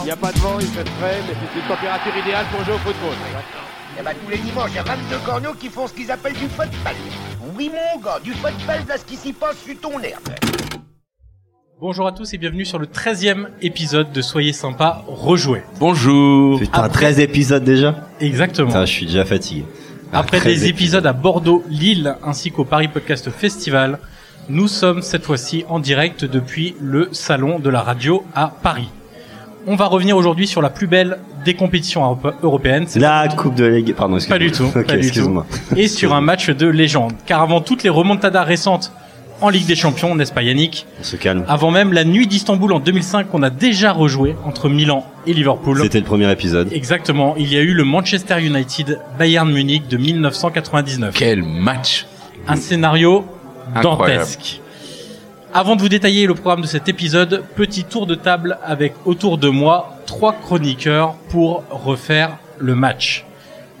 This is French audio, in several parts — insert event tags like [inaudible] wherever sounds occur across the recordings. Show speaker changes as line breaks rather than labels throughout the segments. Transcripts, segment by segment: Il n'y a pas de vent, il fait frais, mais c'est une température idéale pour jouer au football.
Eh ben, tous les dimanches, il y a 22 corneaux qui font ce qu'ils appellent du football. Oui, mon gars, du football, là, ce qui s'y passe, sur ton herbe.
Bonjour à tous et bienvenue sur le 13e épisode de Soyez sympa, rejouez.
Bonjour
Putain,
Après-
13 épisodes déjà
Exactement.
Putain, je suis déjà fatigué. Ah,
Après
13
des épisodes à Bordeaux, Lille ainsi qu'au Paris Podcast Festival, nous sommes cette fois-ci en direct depuis le salon de la radio à Paris. On va revenir aujourd'hui sur la plus belle des compétitions euro- européennes, c'est
La Coupe de Ligue. Pardon, excuse-moi.
Pas du tout,
Ok,
pas du
excuse-moi.
et sur un match de légende. Car avant toutes les remontadas récentes en Ligue des Champions, n'est-ce pas Yannick
On se calme.
Avant même la nuit d'Istanbul en 2005 qu'on a déjà rejoué entre Milan et Liverpool.
C'était le premier épisode.
Exactement, il y a eu le Manchester United Bayern Munich de 1999.
Quel match [laughs]
Un scénario
Incroyable.
dantesque. Avant de vous détailler le programme de cet épisode, petit tour de table avec autour de moi trois chroniqueurs pour refaire le match.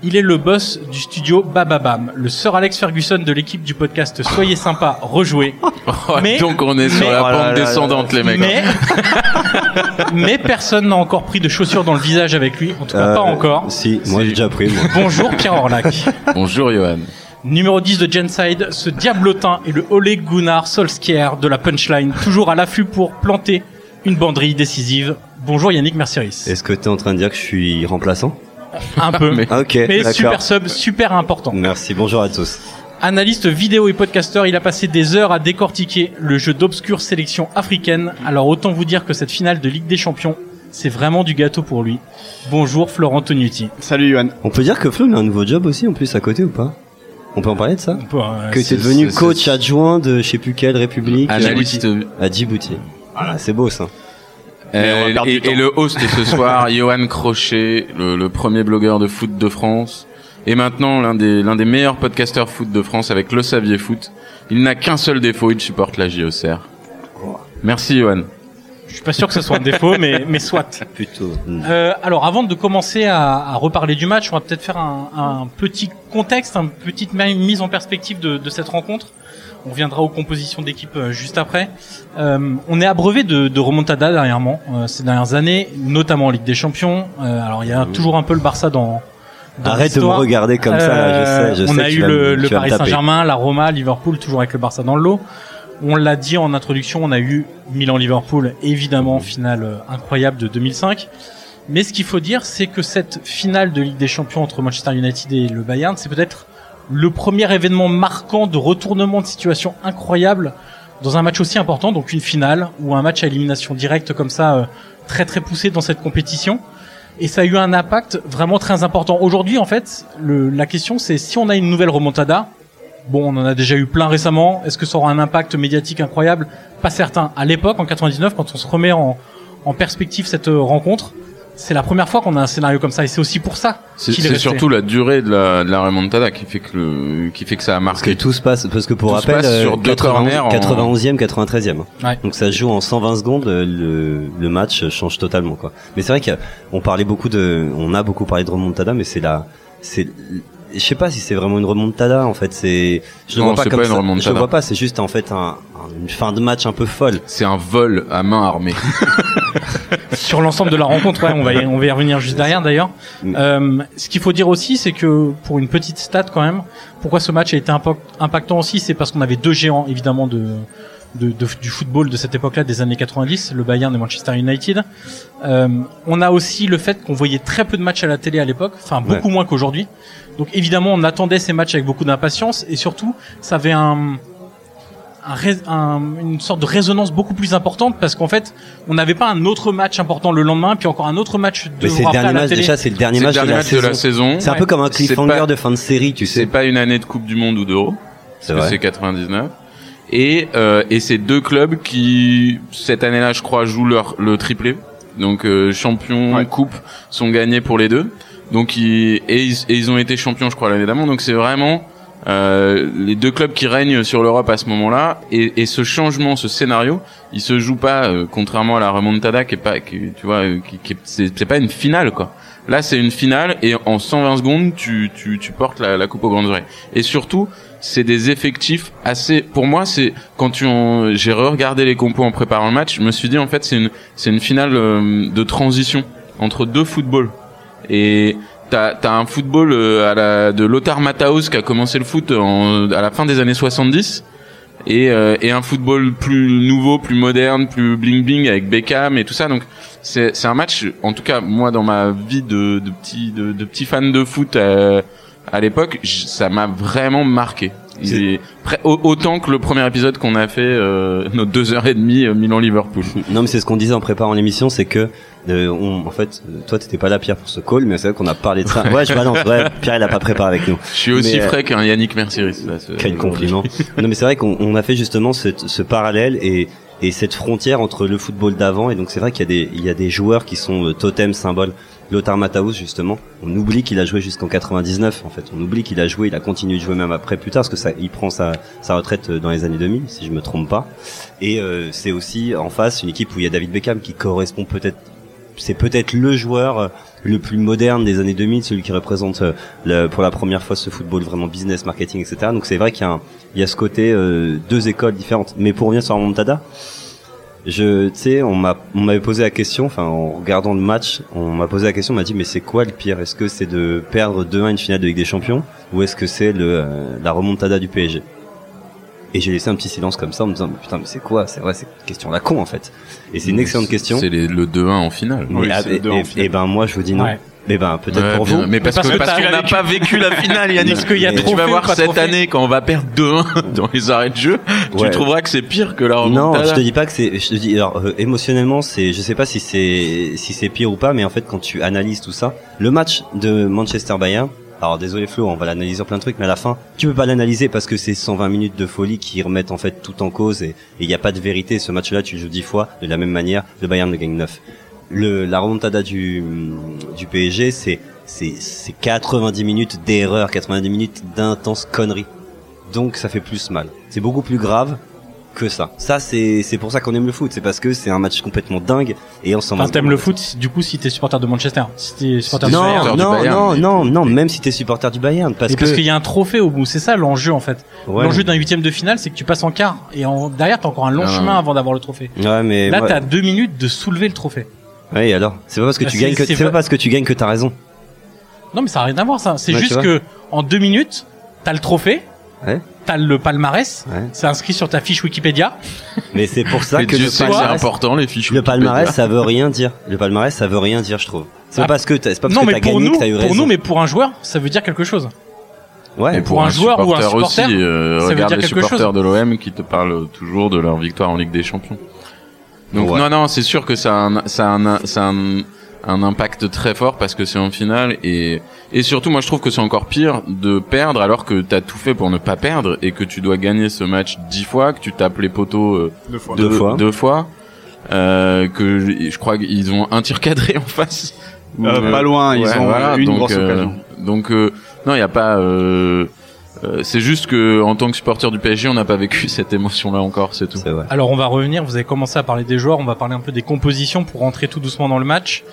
Il est le boss du studio Bababam, le Sir Alex Ferguson de l'équipe du podcast Soyez sympa, rejouez.
Oh,
Mais-
Donc on est sur
mais-
la
Oh là là
pente
là
descendante les mecs. hein.
Mais, [laughs] mais personne n'a encore pris de chaussures dans le visage avec lui, en tout cas
Euh,
Ah, pas encore.
Si, moi
C'est-
j'ai déjà pris. moi.
Bonjour Pierre Orlac.
Bonjour Johan.
Numéro 10 de Genside, ce diablotin et le Ole Gunnar Solskjaer de la punchline, toujours à l'affût pour planter une banderille décisive. Bonjour Yannick Mercieris.
Est-ce que t'es en train de dire que je suis remplaçant
Un peu,
[laughs]
mais,
Ah, Ok, d'accord.
super sub, super important.
Merci, bonjour à tous.
Analyste vidéo et podcasteur, il a passé des heures à décortiquer le jeu d'obscure sélection africaine. Alors autant vous dire que cette finale de Ligue des Champions, c'est vraiment du gâteau pour lui. Bonjour Florent Tonuti.
Salut Johan.
On peut dire que Flo il a un nouveau job aussi en plus à côté ou pas On peut en parler de ça
On peut, euh,
Que
c'est-
t'es devenu
c'est-
coach
c'est-
adjoint de je sais plus quelle république
Analyste.
euh, à Djibouti. Voilà, c'est beau ça.
Mais on va
Euh,
perdre
et,
du temps.
et le host ce soir, Johan Crochet, le, le premier blogueur de foot de France. Et maintenant l'un des, l'un des meilleurs podcasteurs foot de France avec Le Savier Foot. Il n'a qu'un seul défaut, il supporte la JOCR. Merci Johan.
Je suis pas sûr que ce soit un défaut, mais, mais soit.
Plutôt.
Euh, alors, avant de commencer à, à reparler du match, on va peut-être faire un, un petit contexte, une petite mi- mise en perspective de, de cette rencontre. On reviendra aux compositions d'équipe euh, juste après. Euh, on est abreuvé de, de remontada dernièrement, euh, ces dernières années, notamment en Ligue des Champions. Euh, alors, il y a toujours un peu le Barça dans. dans
Mmh. Arrête de me
l'histoire.
regarder comme ça, là, je sais, je
Euh, on
sais
a
que tu
eu
vas me-
le,
tu
le
vas me
Paris
taper.
Saint-Germain, la Roma, Liverpool, toujours avec le Barça dans le lot. On l'a dit en introduction, on a eu Milan-Liverpool,
Mhm.
évidemment, finale euh, incroyable de 2005. Mais ce qu'il faut dire, c'est que cette finale de Ligue des Champions entre Manchester United et le Bayern, c'est peut-être le premier événement marquant de retournement de situation incroyable dans un match aussi important, donc une finale ou un match à élimination directe comme ça, euh, très très poussé dans cette compétition. Et ça a eu un impact vraiment très important. Aujourd'hui, en fait, le, la question c'est si on a une nouvelle remontada. Bon, on en a déjà eu plein récemment. Est-ce que ça aura un impact médiatique incroyable Pas certain. À l'époque, en 99, quand on se remet en, en perspective cette euh, rencontre, c'est la première fois qu'on a un scénario comme ça. Et c'est aussi pour ça
C'est
qu'il est
c'est
resté.
surtout la durée de la, de la remontada qui fait que le, qui fait que ça a
Parce que
marqué.
tout se passe, parce que pour
Tout se
rappel,
passe
euh,
sur deux
91,
corners en-
91e, 93e. hein.
Ouais.
Donc ça se joue en 120 secondes, euh, le, le match euh, change totalement quoi. Mais c'est vrai qu'on parlait beaucoup de, on a beaucoup parlé de remontada, mais c'est la, c'est, je sais pas si c'est vraiment une remontada en fait. C'est, je le
Non,
vois pas
c'est
comme
pas une
ça. Je
remontada.
le vois pas, c'est juste en fait un- un- une fin de match un peu folle.
C'est un vol à main armée.
sur l'ensemble de la rencontre. ouais, on va y, on va y revenir juste derrière d'ailleurs.
Mm.
Euh, ce qu'il faut dire aussi, c'est que pour une petite stat quand même, pourquoi ce match a été impo- impactant aussi, c'est parce qu'on avait deux géants évidemment de, de- de- du football de cette époque-là des années 90, le Bayern et Manchester United. Euh, on a aussi le fait qu'on voyait très peu de matchs à la télé à l'époque, enfin beaucoup moins qu'aujourd'hui. Donc évidemment, on attendait ces matchs avec beaucoup d'impatience et surtout, ça avait un, un ré- un- une sorte de résonance beaucoup plus importante parce qu'en fait, on n'avait pas un autre match important le lendemain, puis encore un autre match de
Mais c'est le dernier match déjà, c'est le dernier
C'est le
match
dernier
de la
match de la
saison.
saison.
C'est un peu comme un
C'est
cliffhanger
pas-
de fin de série, tu
C'est
sais.
pas une année de Coupe du Monde ou d'Euro,
C'est
parce que c'est
vrai.
99. Et, euh, et c'est deux clubs qui, cette année-là, je crois, jouent leur, le triplé. Donc, euh, champion,
Ouais.
coupe, sont gagnés pour les deux. Donc, ils, et, ils, et ils ont été champions, je crois, l'année d'avant. Donc, c'est vraiment Euh, les deux clubs qui règnent sur l'Europe à ce moment-là et, et ce changement, ce scénario, il se joue pas euh, contrairement à la remontada qui est pas, qui, tu vois, euh, qui, qui est- c'est c'est pas une finale quoi. Là, c'est une finale et en 120 secondes, tu tu, tu portes la, la coupe aux grandes oreilles. Et surtout, c'est des effectifs assez. Pour moi, c'est quand tu en- j'ai regardé les compos en préparant le match, je me suis dit en fait c'est une c'est une finale euh, de transition entre deux footballs et T'as t'as un football euh, à la, de Lothar Matthaus qui a commencé le foot en- à la fin des années 70 et, euh, et un football plus nouveau, plus moderne, plus bling bling avec Beckham et tout ça. Donc c'est c'est un match, en tout cas moi dans ma vie de, de petit de, de petit fan de foot euh, à l'époque, j- ça m'a vraiment marqué. Il
C'est-
est près- au- autant que le premier épisode qu'on a fait, euh, [laughs] nos deux heures et demie euh, Milan-Liverpool.
Non, mais c'est ce qu'on disait en préparant l'émission, c'est que, euh, on- en fait, euh, toi, t'étais pas là, Pierre, pour ce call, mais c'est vrai qu'on a parlé de ça. Ouais, je balance. Ouais, Pierre, il a pas préparé avec nous.
Je suis aussi
Mais, euh,
frais qu'un Yannick Mercieris. là, ce-
Quel compliment.
[laughs]
non, mais c'est vrai qu'on on a fait justement cette- ce parallèle et, et cette frontière entre le football d'avant et donc c'est vrai qu'il y a des, il y a des joueurs qui sont euh, totems, symboles. Lothar Matthaus, justement, on oublie qu'il a joué jusqu'en 99, en fait. On oublie qu'il a joué, il a continué de jouer même après, plus tard, parce que ça, il prend sa, sa retraite euh, dans les années 2000, si je me trompe pas. Et euh, c'est aussi en face une équipe où il y a David Beckham qui correspond peut-être, c'est peut-être le joueur euh, le plus moderne des années 2000, celui qui représente euh, le- pour la première fois ce football vraiment business, marketing, etc. Donc c'est vrai qu'il y a, un- il y a ce côté euh, deux écoles différentes. Mais pour revenir sur Montada, je, tu sais, on m'a, on m'avait posé la question, enfin en regardant le match, on m'a posé la question, on m'a dit mais c'est quoi le pire Est-ce que c'est de perdre 2-1 une finale de Ligue des Champions ou est-ce que c'est le, euh, la remontada du PSG Et j'ai laissé un petit silence comme ça en me disant mais putain mais c'est quoi C'est vrai, c'est une question à la con en fait. Et c'est une excellente question.
C'est les- le 2-1 en finale.
Mais,
Oui,
ah,
c'est
et,
deux en
et-
finale.
et ben moi je vous dis non.
Ouais.
Et ben peut-être
Ouais,
pour
bien,
vous.
Mais parce,
Parce
que,
que
parce
t'as
qu'on n'a
vécu-
pas vécu la finale, Yannick.
Parce qu'il y a
Et tu
trophée
vas
ou
voir
pas
cette
trophée.
année quand on va perdre
[laughs]
2-1 dans les arrêts de jeu, tu
Ouais.
trouveras que c'est pire que la remontada.
Non, je te dis pas que c'est. Je te dis alors euh, émotionnellement, c'est. Je sais pas si c'est si c'est pire ou pas, mais en fait quand tu analyses tout ça, le match de Manchester Bayern. Alors désolé Flo, on va l'analyser sur plein de trucs, mais à la fin, tu peux pas l'analyser parce que c'est 120 minutes de folie qui remettent en fait tout en cause et il n'y a pas de vérité. Ce match-là, tu le joues 10 fois de la même manière, le Bayern le gagne 9. Le, la remontada du, du PSG, c'est c'est c'est 90 minutes d'erreur, 90 minutes d'intense connerie. Donc ça fait plus mal. C'est beaucoup plus grave que ça. Ça, c'est c'est pour ça qu'on aime le foot. C'est parce que c'est un match complètement dingue et on s'en
Enfin,
va-
t'aimes le foot, du coup, si t'es supporter de Manchester. Si t'es supporter
du
de
Non,
Bayern.
supporter
non,
du Bayern,
non,
mais-
non, non, même si t'es supporter du Bayern, parce
Et parce
que,
qu'il y a un trophée au bout, c'est ça l'enjeu en fait.
ouais,
L'enjeu d'un huitième de finale, c'est que tu passes en quart et en... derrière t'as encore un long
Ah.
chemin avant d'avoir le trophée.
ouais, mais
Là,
ouais.
t'as deux minutes de soulever le trophée.
Ouais, et alors, c'est pas parce que
Bah,
tu
c'est-
gagnes que
c'est
c'est pas
vrai.
parce que tu gagnes que t'as raison.
Non, mais ça n'a rien à voir ça. C'est
Ouais, tu
juste
vois.
que en deux minutes, t'as le trophée,
Ouais.
t'as le palmarès,
Ouais.
c'est inscrit sur ta fiche Wikipédia.
Mais c'est pour ça
Mais
que
Dieu
le
sait que c'est
palmarès,
important les fiches.
le palmarès,
Wikipédia.
ça veut rien dire. Le palmarès, ça veut rien dire, je trouve. C'est
Ah.
pas parce que t'as, c'est pas parce
Non,
que t'as
mais pour
gagné
nous,
que t'as eu raison.
pour nous, mais pour un joueur, ça veut dire quelque chose.
ouais,
Et
pour un joueur ou un supporter,
aussi, euh,
ça veut
regarde
dire
les
quelque
supporters
chose.
de l'OM qui te parlent toujours de leur victoire en Ligue des Champions. Donc
Ouais.
non, non, c'est sûr que ça a un, ça a un, ça a un, un impact très fort parce que c'est en finale et et surtout moi je trouve que c'est encore pire de perdre alors que t'as tout fait pour ne pas perdre et que tu dois gagner ce match dix fois, que tu tapes les poteaux. euh,
Deux fois.
Deux fois.
Deux fois. Euh, que je, je crois qu'ils ont un tir cadré en face. Ou,
Euh,
euh,
pas loin, ils
ouais,
ont
voilà,
une
donc,
grosse
euh,
occasion.
Donc euh, non, il y a pas. euh, euh, c'est juste que en tant que supporter du PSG, on n'a pas vécu [laughs] cette émotion-là encore, c'est tout.
c'est vrai.
Alors on va revenir, vous avez commencé à parler des joueurs, on va parler un peu des compositions pour rentrer tout doucement dans le match.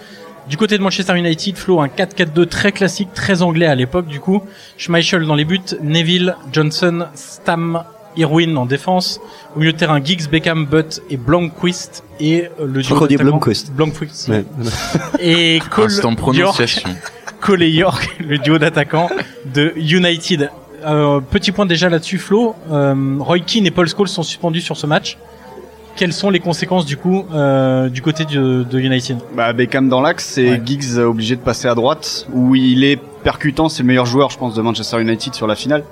Du côté de Manchester United, Flo, un 4-4-2 très classique, très anglais à l'époque du coup. Schmeichel dans les buts, Neville, Johnson, Stam, Irwin en défense. Au milieu de terrain, Giggs, Beckham, Butt et Blomqvist. Et euh, le duo
crois qu'on dit
notamment-
Blomqvist.
Blomqvist.
Ouais.
Et Cole,
Instant
York,
prononciation.
Cole et York, [laughs] le duo d'attaquants de United. Euh, petit point déjà là-dessus, Flo. Euh, Roy Keane et Paul Scholes sont suspendus sur ce match. Quelles sont les conséquences du coup euh, du côté de, de United
Bah, Beckham dans l'axe et
Ouais.
Giggs euh, obligé de passer à droite où il est percutant, c'est le meilleur joueur je pense de Manchester United sur la finale.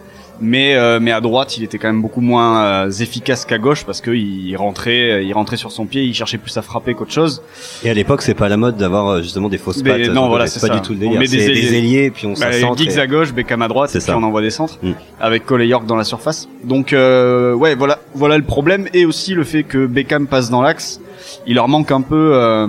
Mais euh, mais à droite, il était quand même beaucoup moins euh, efficace qu'à gauche parce que il rentrait euh, il rentrait sur son pied, il cherchait plus à frapper qu'autre chose.
Et à l'époque, c'est pas la mode d'avoir euh, justement des fausses
Mais
pattes. euh,
non, voilà,
c'est
c'est
pas
ça.
du tout le délire.
On met des
C'est des
ailiers.
ailiers, puis on
Bah,
s'assemble.
Giggs à gauche, Beckham à droite,
C'est
et puis
ça.
on envoie des centres
Mm.
avec Cole et York dans la surface. Donc euh, ouais, voilà, voilà le problème et aussi le fait que Beckham passe dans l'axe, il leur manque un peu euh,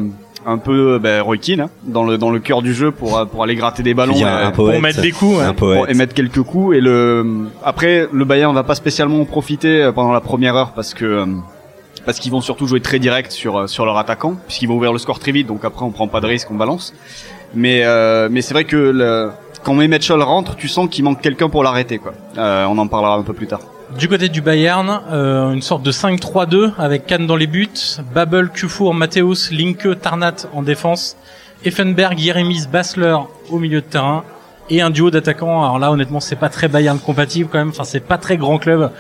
un peu ben, Roy Keane, hein, dans le dans le cœur du jeu pour euh, pour aller gratter des ballons
Il y
euh,
a un poète.
Pour mettre des coups,
Un
hein.
poète.
pour- et mettre quelques coups. Et le après le Bayern va pas spécialement en profiter euh, pendant la première heure parce que euh, parce qu'ils vont surtout jouer très direct sur euh, sur leur attaquant puisqu'ils vont ouvrir le score très vite. Donc après on prend pas de risque, on balance. Mais euh, mais c'est vrai que le, quand Mehmet Scholl rentre, tu sens qu'il manque quelqu'un pour l'arrêter quoi. Euh, on en parlera un peu plus tard.
Du côté du Bayern, euh, une sorte de 5-3-2 avec Kahn dans les buts, Babel, Kufour, Matthäus, Linke, Tarnat en défense, Effenberg, Jeremis, Bassler au milieu de terrain et un duo d'attaquants. Alors là, honnêtement, c'est pas très Bayern compatible quand même. Enfin, c'est pas très grand club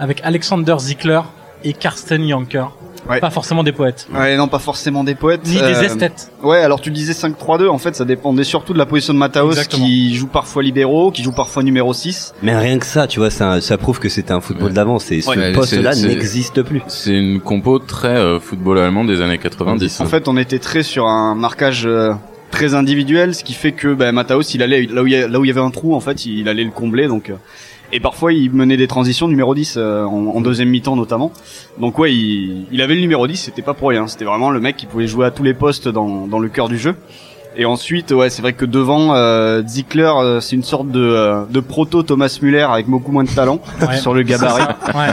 avec Alexander Zickler et Karsten Janker.
Ouais.
Pas forcément des poètes
Ouais, non pas forcément des poètes
ni
euh,
des
[laughs]
esthètes.
Ouais, alors tu disais 5-3-2, en fait ça dépendait surtout de la position de Mataos
Exactement.
qui joue parfois libéraux, qui joue parfois numéro 6.
Mais rien que ça, tu vois, ça, ça prouve que c'était un football
Ouais.
d'avant. C'est ce
Ouais, mais
poste-là
c'est- c'est-
n'existe plus.
C'est une compo très euh, football allemand des années 90.
En fait on était très sur un marquage euh, très individuel, ce qui fait que bah, Mataos il allait là où il y, a- là où il y avait un trou en fait, il allait le combler donc... euh, et parfois il menait des transitions numéro 10 euh, en, en deuxième mi-temps notamment. Donc ouais, il, il avait le numéro 10, c'était pas pour rien, c'était vraiment le mec qui pouvait jouer à tous les postes dans, dans le cœur du jeu. Et ensuite, ouais, c'est vrai que devant euh, Zickler, euh, c'est une sorte de, euh, de proto Thomas Muller avec beaucoup moins de talent
Ouais.
sur le
[laughs]
gabarit.
Ouais,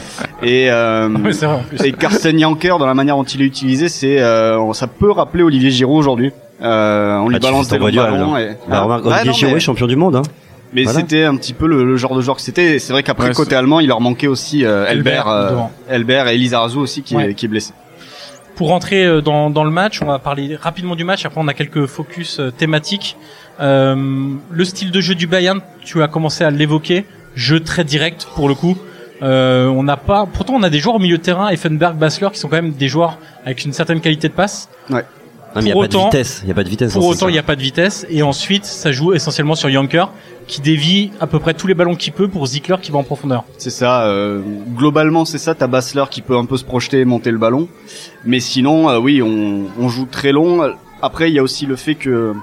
Et, euh,
[laughs] Ouais, c'est vrai en plus.
et Carsten Janker, dans la manière dont il est utilisé, c'est euh, ça peut rappeler Olivier Giroud aujourd'hui. Euh, on lui
Ah, tu
balance
fais
des
ton voix du
ballons.
Havre,
Et...
Bah, remarque,
Ah.
Olivier
Ouais, non,
Giroud
mais
est champion du monde. Hein.
mais
voilà.
c'était un petit peu le, le genre de joueur que c'était. Et C'est vrai qu'après
Ouais, c'est-
côté allemand, il leur manquait aussi euh, Elbert,
Elbert,
euh,
devant.
Elbert et Elisa Razou aussi qui,
Ouais.
est, qui est blessé.
Pour rentrer euh, dans, dans le match, on va parler rapidement du match. Après, on a quelques focus euh, thématiques. Euh, le style de jeu du Bayern, tu as commencé à l'évoquer. Jeu très direct pour le coup. Euh, on n'a pas. Pourtant, on a des joueurs au milieu de terrain, Effenberg, Basler, qui sont quand même des joueurs avec une certaine qualité de passe.
Non, mais il y a
Pour
pas de
autant-
vitesse. Il y a pas de vitesse.
Pour
hein, c'est
autant,
ça.
il n'y a pas de vitesse. Et ensuite, ça joue essentiellement sur Yanker, qui dévie à peu près tous les ballons qu'il peut pour Zickler qui va en profondeur.
C'est ça. euh, globalement, c'est ça. T'as Bassler qui peut un peu se projeter et monter le ballon. Mais sinon, euh, oui, on, on joue très long. Après, il y a aussi le fait que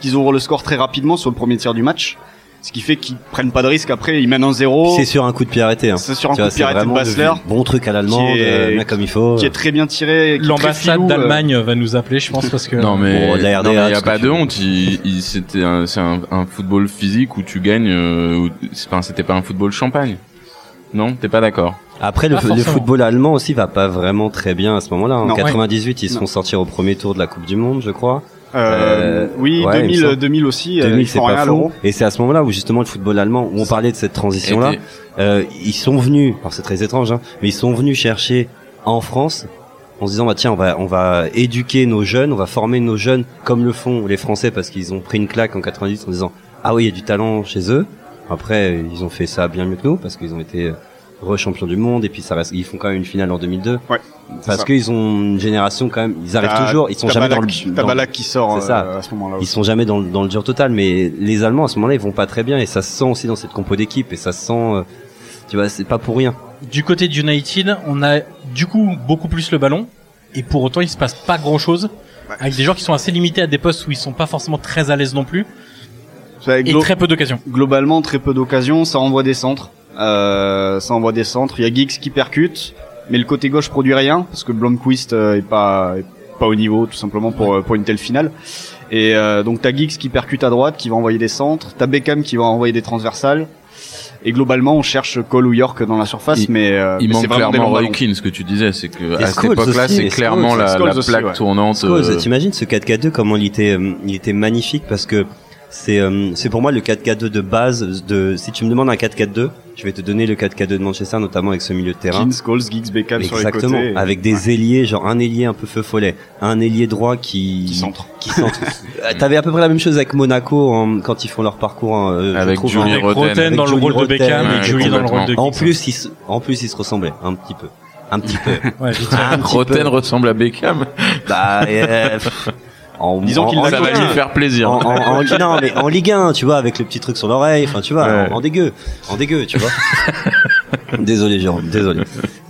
qu'ils ouvrent le score très rapidement sur le premier tiers du match, ce qui fait qu'ils prennent pas de risque. Après, ils mènent un
Puis
zéro.
C'est sur un coup de pied arrêté. Hein.
C'est sur un
Tu
coup
vois,
de pied
c'est
arrêté de
vraiment
Bassler,
du bon truc à l'allemande,
qui est-
euh, bien comme il faut.
qui est très bien tiré. qui est très
L'ambassade
filou, euh,
d'Allemagne va nous appeler, je pense, parce que.
Non mais
Bon, la RDA,
non, mais y a
tout ce
pas
que
de
tu veux.
honte. Il, il- c'était un, c'est un, un football physique où tu gagnes. euh, où- c'est pas- c'était pas un football champagne. Non, t'es pas d'accord.
Après, le,
Pas
le
forcément.
football allemand aussi va pas vraiment très bien à ce moment-là. En
Non.
98, ils se
Non.
font sortir au premier tour de la Coupe du Monde, je crois.
euh,
Euh,
oui,
ouais, il me
2000,
semble.
2000 aussi. euh,
2000,
ils
c'est
font rien
pas
à l'Euro.
fou. Et c'est à ce moment-là où justement le football allemand, où on parlait de cette transition-là,
Et-
euh, ils sont venus. Alors c'est très étrange, hein, mais ils sont venus chercher en France en se disant bah tiens on va on va éduquer nos jeunes, on va former nos jeunes comme le font les Français parce qu'ils ont pris une claque en 90 en disant ah oui il y a du talent chez eux. Après ils ont fait ça bien mieux que nous parce qu'ils ont été euh, re-champions du monde et puis ça reste ils font quand même une finale en 2002
Ouais,
parce
ça.
qu'ils ont une génération quand même ils arrivent
T'as-
toujours ils sont
t'as
jamais dans
Balak-
le
T'as
dans-
Balak qui sort
C'est ça.
euh, à ce moment-là.
ils sont jamais dans, le- dans le dur total, mais les Allemands à ce moment-là ils vont pas très bien et ça se sent aussi dans cette compo d'équipe et ça se sent, euh, tu vois, c'est pas pour rien.
Du côté de United, on a du coup beaucoup plus le ballon et pour autant il se passe pas grand chose avec des joueurs qui sont assez limités à des postes où ils sont pas forcément très à l'aise non plus
C'est avec
et
Glo-
très peu d'occasions.
globalement très peu d'occasions, ça envoie des centres. Euh, ça envoie des centres, il y a Giggs qui percute, mais le côté gauche produit rien parce que Blomqvist euh, est pas est pas au niveau tout simplement pour euh, pour une telle finale. Et euh, donc t'as Giggs qui percute à droite, qui va envoyer des centres, t'as Beckham qui va envoyer des transversales. Et globalement, on cherche Cole ou York dans la surface,
Il-
mais, euh,
Il
mais c'est
manque
vraiment des
clairement
longs
Roy
ballons.
Keane, ce que tu disais, c'est que
Et
à cette
Scholes
époque-là,
aussi,
c'est
et
clairement
Scholes,
la,
Scholes
la
aussi,
plaque
ouais.
tournante.
Scholes,
euh,
t'imagines ce 4K2 comment il était, euh, il était magnifique parce que c'est, euh, c'est pour moi le 4K2 de base. De si tu me demandes un 4K2, je vais te donner le 4K2 de Manchester, notamment avec ce milieu de
hein.
terrain.
Keane, Scholes, Giggs, Beckham sur
Exactement,
les côtés.
avec des ailiers, genre un ailier un peu feu follet, un ailier droit qui,
qui centrent.
qui centre. Euh, T'avais à peu près la même chose avec Monaco en- quand ils font leur parcours. hein, euh, je
Avec
trouve,
Julie
hein.
Avec Roten,
Roten
dans le
Julie
rôle de
Roten,
Beckham et
ouais,
Julie dans le rôle de
En
Giggs.
plus, ils se, en plus, ils se ressemblaient un petit peu, un petit
[laughs]
peu.
Ouais, vite
Un petit
Roten
peu.
ressemble à Beckham.
Bah, euh, pff, en,
Disons
en-
qu'il
en-
l'a
Ça va
Ligue un.
lui faire plaisir.
en- en- en- non, mais en Ligue 1, tu vois, avec le petit truc sur l'oreille, enfin, tu vois,
Ouais.
en, en dégueu, en dégueu, tu vois. désolé, Jérôme, désolé.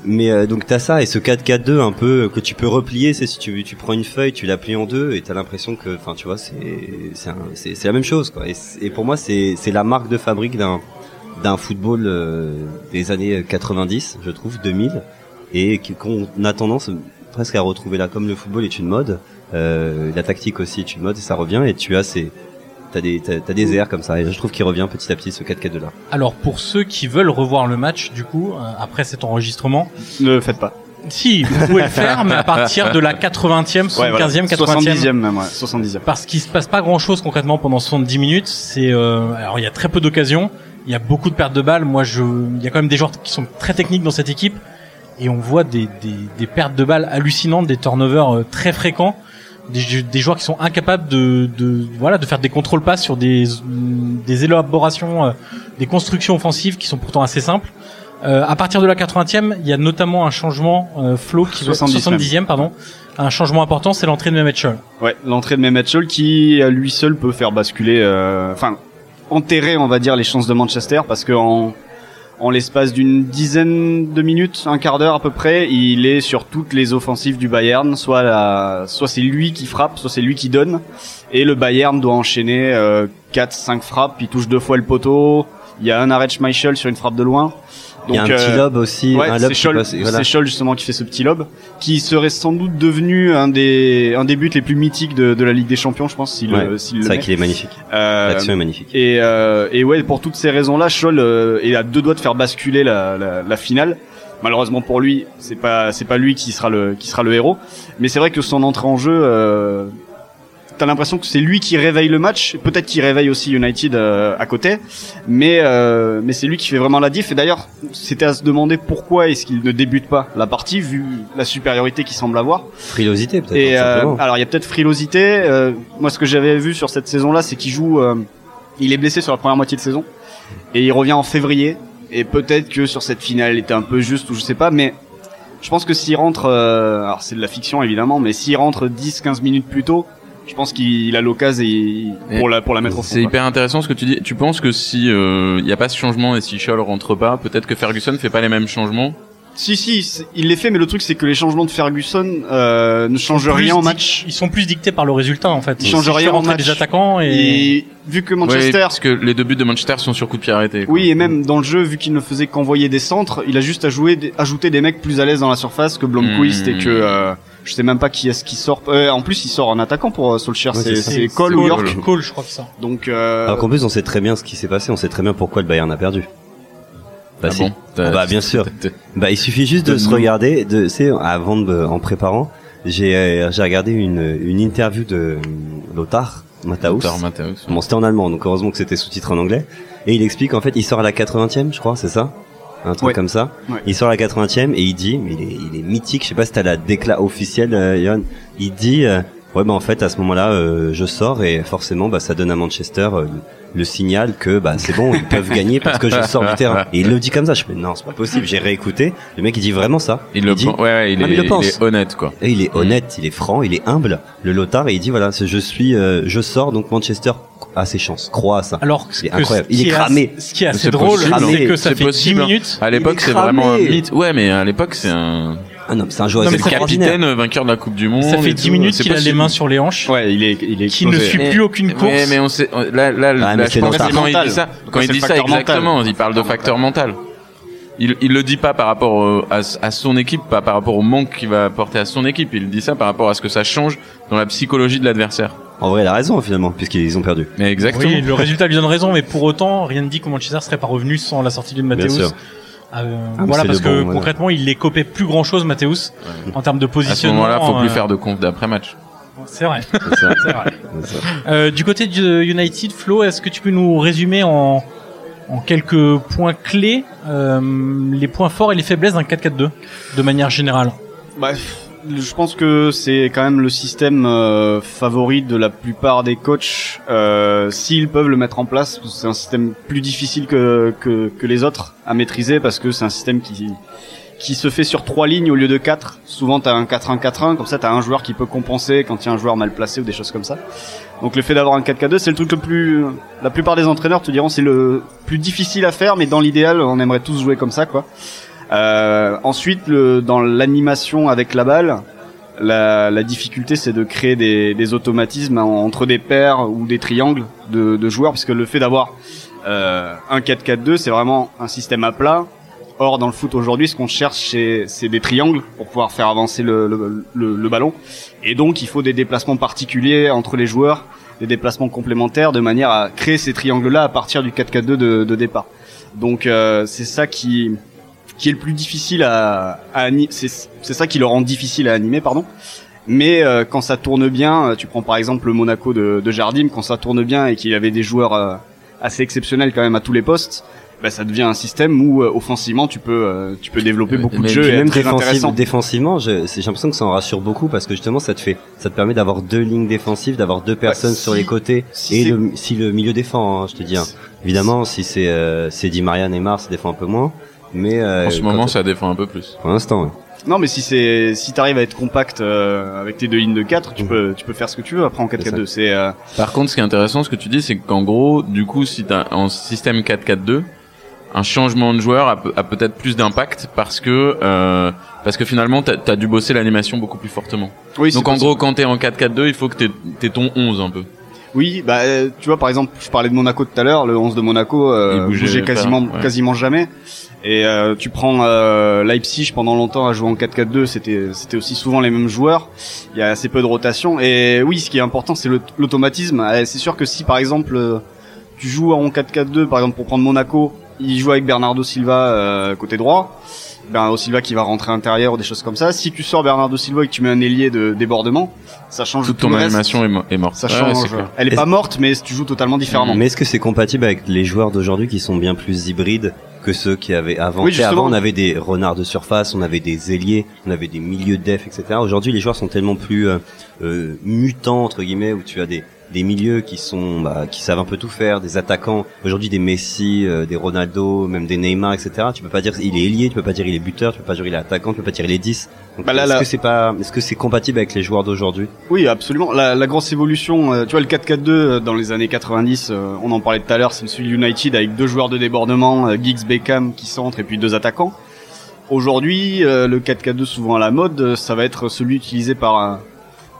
Mais euh, donc t'as ça et ce 4-4-2 un peu que tu peux replier, c'est si tu tu prends une feuille, tu la plies en deux et t'as l'impression que, enfin, tu vois, c'est c'est un- c'est c'est la même chose quoi. Et, c'est- et pour moi, c'est c'est la marque de fabrique d'un d'un football euh, des années 90, je euh, trouve, 2000, et qui- qu'on a tendance presque à retrouver là, comme le football est une mode, euh, la tactique aussi, tu modes et ça revient et tu as ces t'as des t'as, t'as des airs comme ça et je trouve qu'il revient petit à petit ce 4-4 de là.
Alors pour ceux qui veulent revoir le match, du coup, euh, après cet enregistrement,
Ne le faites pas.
si vous pouvez le faire, mais à partir de la 80e, 75e,
Ouais, voilà.
80e.
70e même, ouais. 70e.
Parce qu'il se passe pas grand chose concrètement pendant 70 minutes. C'est euh, alors il y a très peu d'occasions, il y a beaucoup de pertes de balles. Moi, je, il y a quand même des joueurs qui sont très techniques dans cette équipe et on voit des, des, des pertes de balles hallucinantes, des turnovers euh, très fréquents, des, des joueurs qui sont incapables de, de voilà de faire des contrôles passes sur des des élaborations, euh, des constructions offensives qui sont pourtant assez simples. Euh, à partir de la 80e, il y a notamment un changement euh, flow qui
70e.
70e pardon, un changement important, c'est l'entrée de Mehmet Scholl.
Ouais, l'entrée de Mehmet Scholl qui à lui seul peut faire basculer, euh, enfin enterrer on va dire les chances de Manchester parce que en, en l'espace d'une dizaine de minutes, un quart d'heure à peu près, il est sur toutes les offensives du Bayern, soit la, soit c'est lui qui frappe, soit c'est lui qui donne, et le Bayern doit enchaîner euh, 4-5 frappes, il touche deux fois le poteau, il y a un arrêt de Schmeichel sur une frappe de loin.
Il y a un
Donc,
petit
euh,
lobe aussi,
Ouais,
un lobe
c'est
qui
Scholl,
passe- voilà.
c'est Scholl, justement qui fait ce petit lobe, qui serait sans doute devenu un des un des buts les plus mythiques de, de la Ligue des Champions, je pense, s'il
Ouais,
le- s'il
C'est
le
vrai
met.
qu'il est magnifique.
Euh,
L'action est magnifique.
et euh, et ouais, pour toutes ces raisons-là, Scholl euh, est à deux doigts de faire basculer la, la, la finale. Malheureusement pour lui, c'est pas c'est pas lui qui sera le qui sera le héros, mais c'est vrai que son entrée en jeu. Euh, T'as l'impression que c'est lui qui réveille le match, peut-être qu'il réveille aussi United euh, à côté, mais euh, mais c'est lui qui fait vraiment la diff. Et d'ailleurs, c'était à se demander pourquoi est-ce qu'il ne débute pas la partie vu la supériorité qu'il semble avoir.
Frilosité peut-être.
Et
tout
hein,
euh,
simplement.
alors il y a peut-être frilosité. euh, moi ce que j'avais vu sur cette saison-là, c'est qu'il joue. euh, il est blessé sur la première moitié de saison et il revient en février. Et peut-être que sur cette finale, il était un peu juste ou je sais pas. Mais je pense que s'il rentre, euh, alors c'est de la fiction évidemment, mais s'il rentre 10-15 minutes plus tôt, je pense qu'il a l'occasion et il-
Et
pour la pour la mettre au fond.
C'est
quoi.
hyper intéressant ce que tu dis. Tu penses que si il y a pas ce changement et si Scholl rentre pas, peut-être que Ferguson fait pas les mêmes changements.
Si si, c'est- il les fait, mais le truc c'est que les changements de Ferguson euh, ne changent
Plus
rien en
dic-
match.
Ils sont plus dictés par le résultat en fait.
Ils changent
Si tu fais
rien en
rentrer
match.
des attaquants et,
Et vu que
Ouais,
Manchester
parce que les deux buts de Manchester sont sur coup de pied arrêté. quoi.
Oui, et même dans le jeu, vu qu'il ne faisait qu'envoyer des centres, il a juste à jouer, des- ajouter des mecs plus à l'aise dans la surface que Blomqvist
Mmh.
et que euh, je sais même pas qui est-ce qui sort. Euh, en plus, il sort en attaquant pour euh, Solskjaer,
Ouais,
c'est,
c'est ça.
c'est Cole ou York.
Cole, je crois que ça.
Donc euh,
Alors qu'en plus on sait très bien ce qui s'est passé, on sait très bien pourquoi le Bayern a perdu. Bah
Ah
si.
bon T'as-
bah bien sûr.
t'as-
Bah, il suffit juste de
De
se
nous.
regarder. De, c'est avant de, en préparant, j'ai euh, j'ai regardé une une interview de euh, Lothar Matthaus.
Lothar Matthäus.
Bon, c'était en allemand, donc heureusement que c'était sous-titré en anglais. Et il explique en fait, il sort à la 80e, je crois, c'est ça Un truc
Ouais.
comme ça.
Ouais.
Il sort à la 80e et il dit, mais il est, il est mythique. Je sais pas si t'as la décla officielle, euh, Johan. Il dit, euh, ouais, bah en fait à ce moment-là, euh, je sors et forcément, bah ça donne à Manchester euh, le signal que bah c'est bon, ils peuvent gagner parce que je sors du terrain. Et il le dit comme ça. Je fais non, c'est pas possible. J'ai réécouté. Le mec, il dit vraiment ça.
Il le
dit,
pen- ouais, ouais, il,
Ah, mais
est,
il le
il
pense. Ah,
est honnête quoi.
et il est honnête, il est franc, il est humble. Le Lothar, et il dit voilà, c'est- je suis, euh, je sors donc Manchester a ses chances, croit à ça.
Alors que
C'est
ce
incroyable.
qui
Il est cramé.
assez- Ce qui est assez
C'est
drôle,
possible,
Ah,
c'est
hein.
que ça fait
C'est
10
possible, hein.
minutes.
À l'époque,
est
c'est vraiment un
cramé.
mythe. Ouais, mais à l'époque, c'est un
Ah non, mais c'est un joueur
Non, mais
c'est
assez
le
ça-
extraordinaire.
capitaine euh, vainqueur de la Coupe du Monde.
Ça fait
et
10
tout.
minutes
C'est
qu'il a les
possible.
mains sur les hanches,
ouais, il est il est hein.
qu'il ne
explosé.
suit
Mais-
plus aucune course.
Ouais, mais on sait, on- là, là,
Ah, mais
là
c'est
je
dans
pense que
sa-
quand il
mental.
dit ça,
Donc
quand
c'est
il dit
le
ça
facteur mental.
exactement, il parle de facteur mental. Il, il le dit pas par rapport euh, à, à son équipe, pas par rapport au manque qu'il va apporter à son équipe. Il dit ça par rapport à ce que ça change dans la psychologie de l'adversaire.
En vrai, il a raison finalement, puisqu'ils ont perdu.
Mais exactement.
Oui, le résultat lui donne raison, mais pour autant, rien ne dit que Manchester serait pas revenu sans la sortie de
Bien
Matthäus.
sûr.
Ah,
Euh,
mais
voilà,
c'est
parce
le
que
bon, ouais.
concrètement, il les copait plus grand chose, Matthäus, en termes de
à ce
positionnement.
moment-là, faut plus
euh,
faire de compte d'après match.
C'est vrai.
C'est ça,
c'est vrai.
c'est ça.
Euh, du côté de United, Flo, est-ce que tu peux nous résumer en, en quelques points clés euh, les points forts et les faiblesses d'un 4-4-2 de manière générale
Bah, je pense que c'est quand même le système euh, favori de la plupart des coachs. Euh, S'ils peuvent le mettre en place, parce que c'est un système plus difficile que, que, que les autres à maîtriser parce que c'est un système qui qui se fait sur trois lignes au lieu de quatre. Souvent, t'as un 4-1-4-1, comme ça, t'as un joueur qui peut compenser quand il y a un joueur mal placé ou des choses comme ça. Donc, le fait d'avoir un 4-4-2, c'est le truc le plus. La plupart des entraîneurs te diront c'est le plus difficile à faire, mais dans l'idéal, on aimerait tous jouer comme ça, quoi. Euh, ensuite, le, dans l'animation avec la balle, la, la difficulté c'est de créer des, des automatismes en- entre des paires ou des triangles de, de joueurs, puisque le fait d'avoir euh, un 4-4-2, c'est vraiment un système à plat. Or, dans le foot aujourd'hui, ce qu'on cherche, c'est c'est des triangles pour pouvoir faire avancer le, le, le- le ballon. Et donc, il faut des déplacements particuliers entre les joueurs, des déplacements complémentaires, de manière à créer ces triangles-là à partir du 4-4-2 de, de départ. Donc, euh, c'est ça qui qui est le plus difficile à, à ani- c'est c'est ça qui le rend difficile à animer, pardon. Mais euh, quand ça tourne bien, euh, tu prends par exemple le Monaco de, de Jardim, quand ça tourne bien et qu'il avait des joueurs euh, assez exceptionnels quand même à tous les postes, bah, ça devient un système où euh, offensivement tu peux euh, tu peux développer
Mais-
beaucoup
mais
de jeux
puis
et
même
être très
défensive-
intéressant.
défensivement, je- c'est- j'ai l'impression que ça en rassure beaucoup parce que justement, ça te fait, ça te permet d'avoir deux lignes défensives, d'avoir deux personnes
si-
sur les côtés
si
et
c'est-
le- si le milieu défend, hein, je te dis. hein. Évidemment, si c'est euh, c'est Di Maria Neymar, ça défend un peu moins, mais euh,
En ce
quand-
moment, ça défend un peu plus.
pour l'instant, ouais.
Non mais si c'est si t'arrives à être compact euh, avec tes deux lignes de 4, tu
Mhm.
peux tu peux faire ce que tu veux après en 4-4-2, c'est euh,
Par contre, ce qui est intéressant, ce que tu dis, c'est qu'en gros, du coup, si t'as en système 4-4-2, un changement de joueur a, pe- a peut-être plus d'impact parce que euh, parce que finalement, t'as as dû bosser l'animation beaucoup plus fortement. Donc
oui, c'est
en
possible.
gros, quand t'es en 4-4-2, il faut que t'aies- t'aies ton 11 un peu.
Oui, bah euh, tu vois par exemple, je parlais de Monaco tout à l'heure, le 11 de Monaco euh,
Il bougeait
bougeait,
pas,
quasiment
ouais.
quasiment jamais. Et euh, tu prends euh, Leipzig pendant longtemps à jouer en 4-4-2, c'était c'était aussi souvent les mêmes joueurs. Il y a assez peu de rotation et oui, ce qui est important c'est le- l'automatisme. Euh, C'est sûr que si par exemple euh, tu joues en 4-4-2 par exemple pour prendre Monaco, il joue avec Bernardo Silva euh, côté droit. Bernardo Silva qui va rentrer intérieur ou des choses comme ça. Si tu sors Bernardo Silva et que tu mets un ailier de débordement, ça change
Toute
tout
ton
le reste.
animation est, mo- est morte.
Ça
Ouais,
change.
c'est clair. Mm.
Elle est
Est-ce-
pas morte, mais tu joues totalement différemment.
Mais est-ce que c'est compatible avec les joueurs d'aujourd'hui qui sont bien plus hybrides que ceux qui avaient avant
Oui,
Tu sais,
justement.
Avant, on avait des renards de surface, on avait des ailiers, on avait des milieux de def, etc. Aujourd'hui, les joueurs sont tellement plus euh, euh, mutants entre guillemets, où tu as des des milieux qui sont bah, qui savent un peu tout faire, des attaquants. Aujourd'hui, des Messi, euh, des Ronaldo, même des Neymar, etc. Tu peux pas dire il est ailier, tu peux pas dire il est buteur, tu peux pas dire il est attaquant, tu peux pas dire il est 10. Donc,
Bah là,
est-ce
là-
que c'est pas est-ce que c'est compatible avec les joueurs d'aujourd'hui
Oui, absolument. La, la grosse évolution, euh, tu vois, le 4-4-2 euh, dans les années 90, euh, on en parlait tout à l'heure, c'est celui de United avec deux joueurs de débordement, euh, Giggs, Beckham qui centre et puis deux attaquants. Aujourd'hui, euh, le 4-4-2 souvent à la mode, euh, ça va être celui utilisé par euh,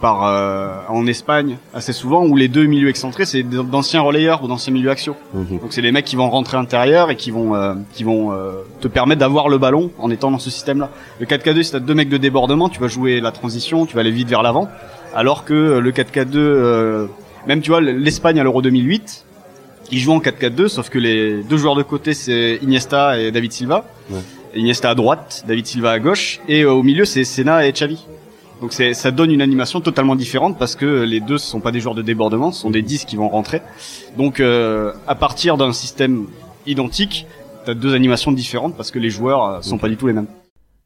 par euh, en Espagne assez souvent où les deux milieux excentrés, c'est d- d'anciens relayeurs ou d'anciens milieux axiaux.
Mhm.
Donc c'est les mecs qui vont rentrer intérieur et qui vont euh, qui vont euh, te permettre d'avoir le ballon en étant dans ce système-là. Le 4-4-2, si t'as deux mecs de débordement, tu vas jouer la transition, tu vas aller vite vers l'avant. Alors que euh, le 4-4-2, euh, même tu vois l'Espagne à l'Euro 2008, ils jouent en 4-4-2, sauf que les deux joueurs de côté c'est Iniesta et David Silva.
Ouais.
Iniesta à droite, David Silva à gauche, et euh, au milieu c'est Senna et Xavi. Donc c'est- ça donne une animation totalement différente parce que les deux ce sont pas des joueurs de débordement, ce sont des 10 qui vont rentrer. Donc euh, à partir d'un système identique, t'as deux animations différentes parce que les joueurs euh, sont pas du tout les mêmes.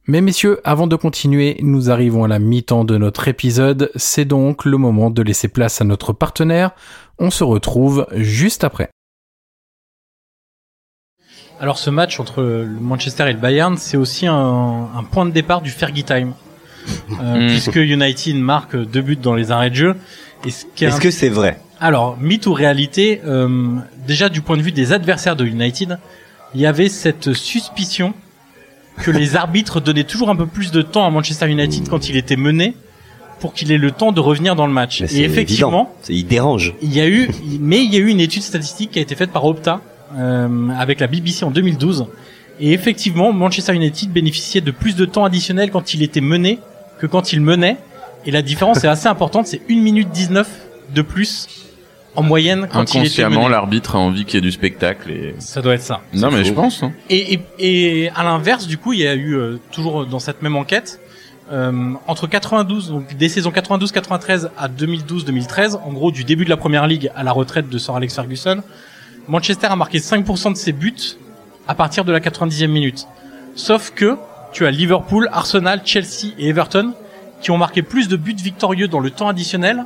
Mais messieurs, avant de continuer, nous arrivons à la mi-temps de notre épisode. C'est donc le moment de laisser place à notre partenaire. On se retrouve juste après.
Alors ce match entre le Manchester et le Bayern, c'est aussi un, un point de départ du Fergie Time. Euh,
Mm.
Puisque United marque deux buts dans les arrêts de jeu. Et ce qui est
Est-ce que c'est vrai
Alors, mythe ou réalité, euh, déjà du point de vue des adversaires de United, il y avait cette suspicion que
[laughs]
les arbitres donnaient toujours un peu plus de temps à Manchester United quand il était mené pour qu'il ait le temps de revenir dans le match.
Mais c'est
Et effectivement,
évident. C'est- Il dérange.
il y a eu, mais il y a eu une étude statistique qui a été faite par Opta euh, avec la BBC en 2012. Et effectivement, Manchester United bénéficiait de plus de temps additionnel quand il était mené que quand il menait. Et la différence est assez importante, c'est 1 minute 19 de plus en moyenne quand il était
Inconsciemment,
mené.
l'arbitre a envie qu'il y ait du spectacle. Et...
Ça doit être ça.
Non, mais
faux.
je pense. hein.
Et, et, et à l'inverse, du coup, il y a eu euh, toujours dans cette même enquête euh, entre 92, donc des saisons 92-93 à 2012-2013, en gros du début de la première ligue à la retraite de Sir Alex Ferguson, Manchester a marqué 5% de ses buts à partir de la 90e minute. Sauf que tu as Liverpool, Arsenal, Chelsea et Everton qui ont marqué plus de buts victorieux dans le temps additionnel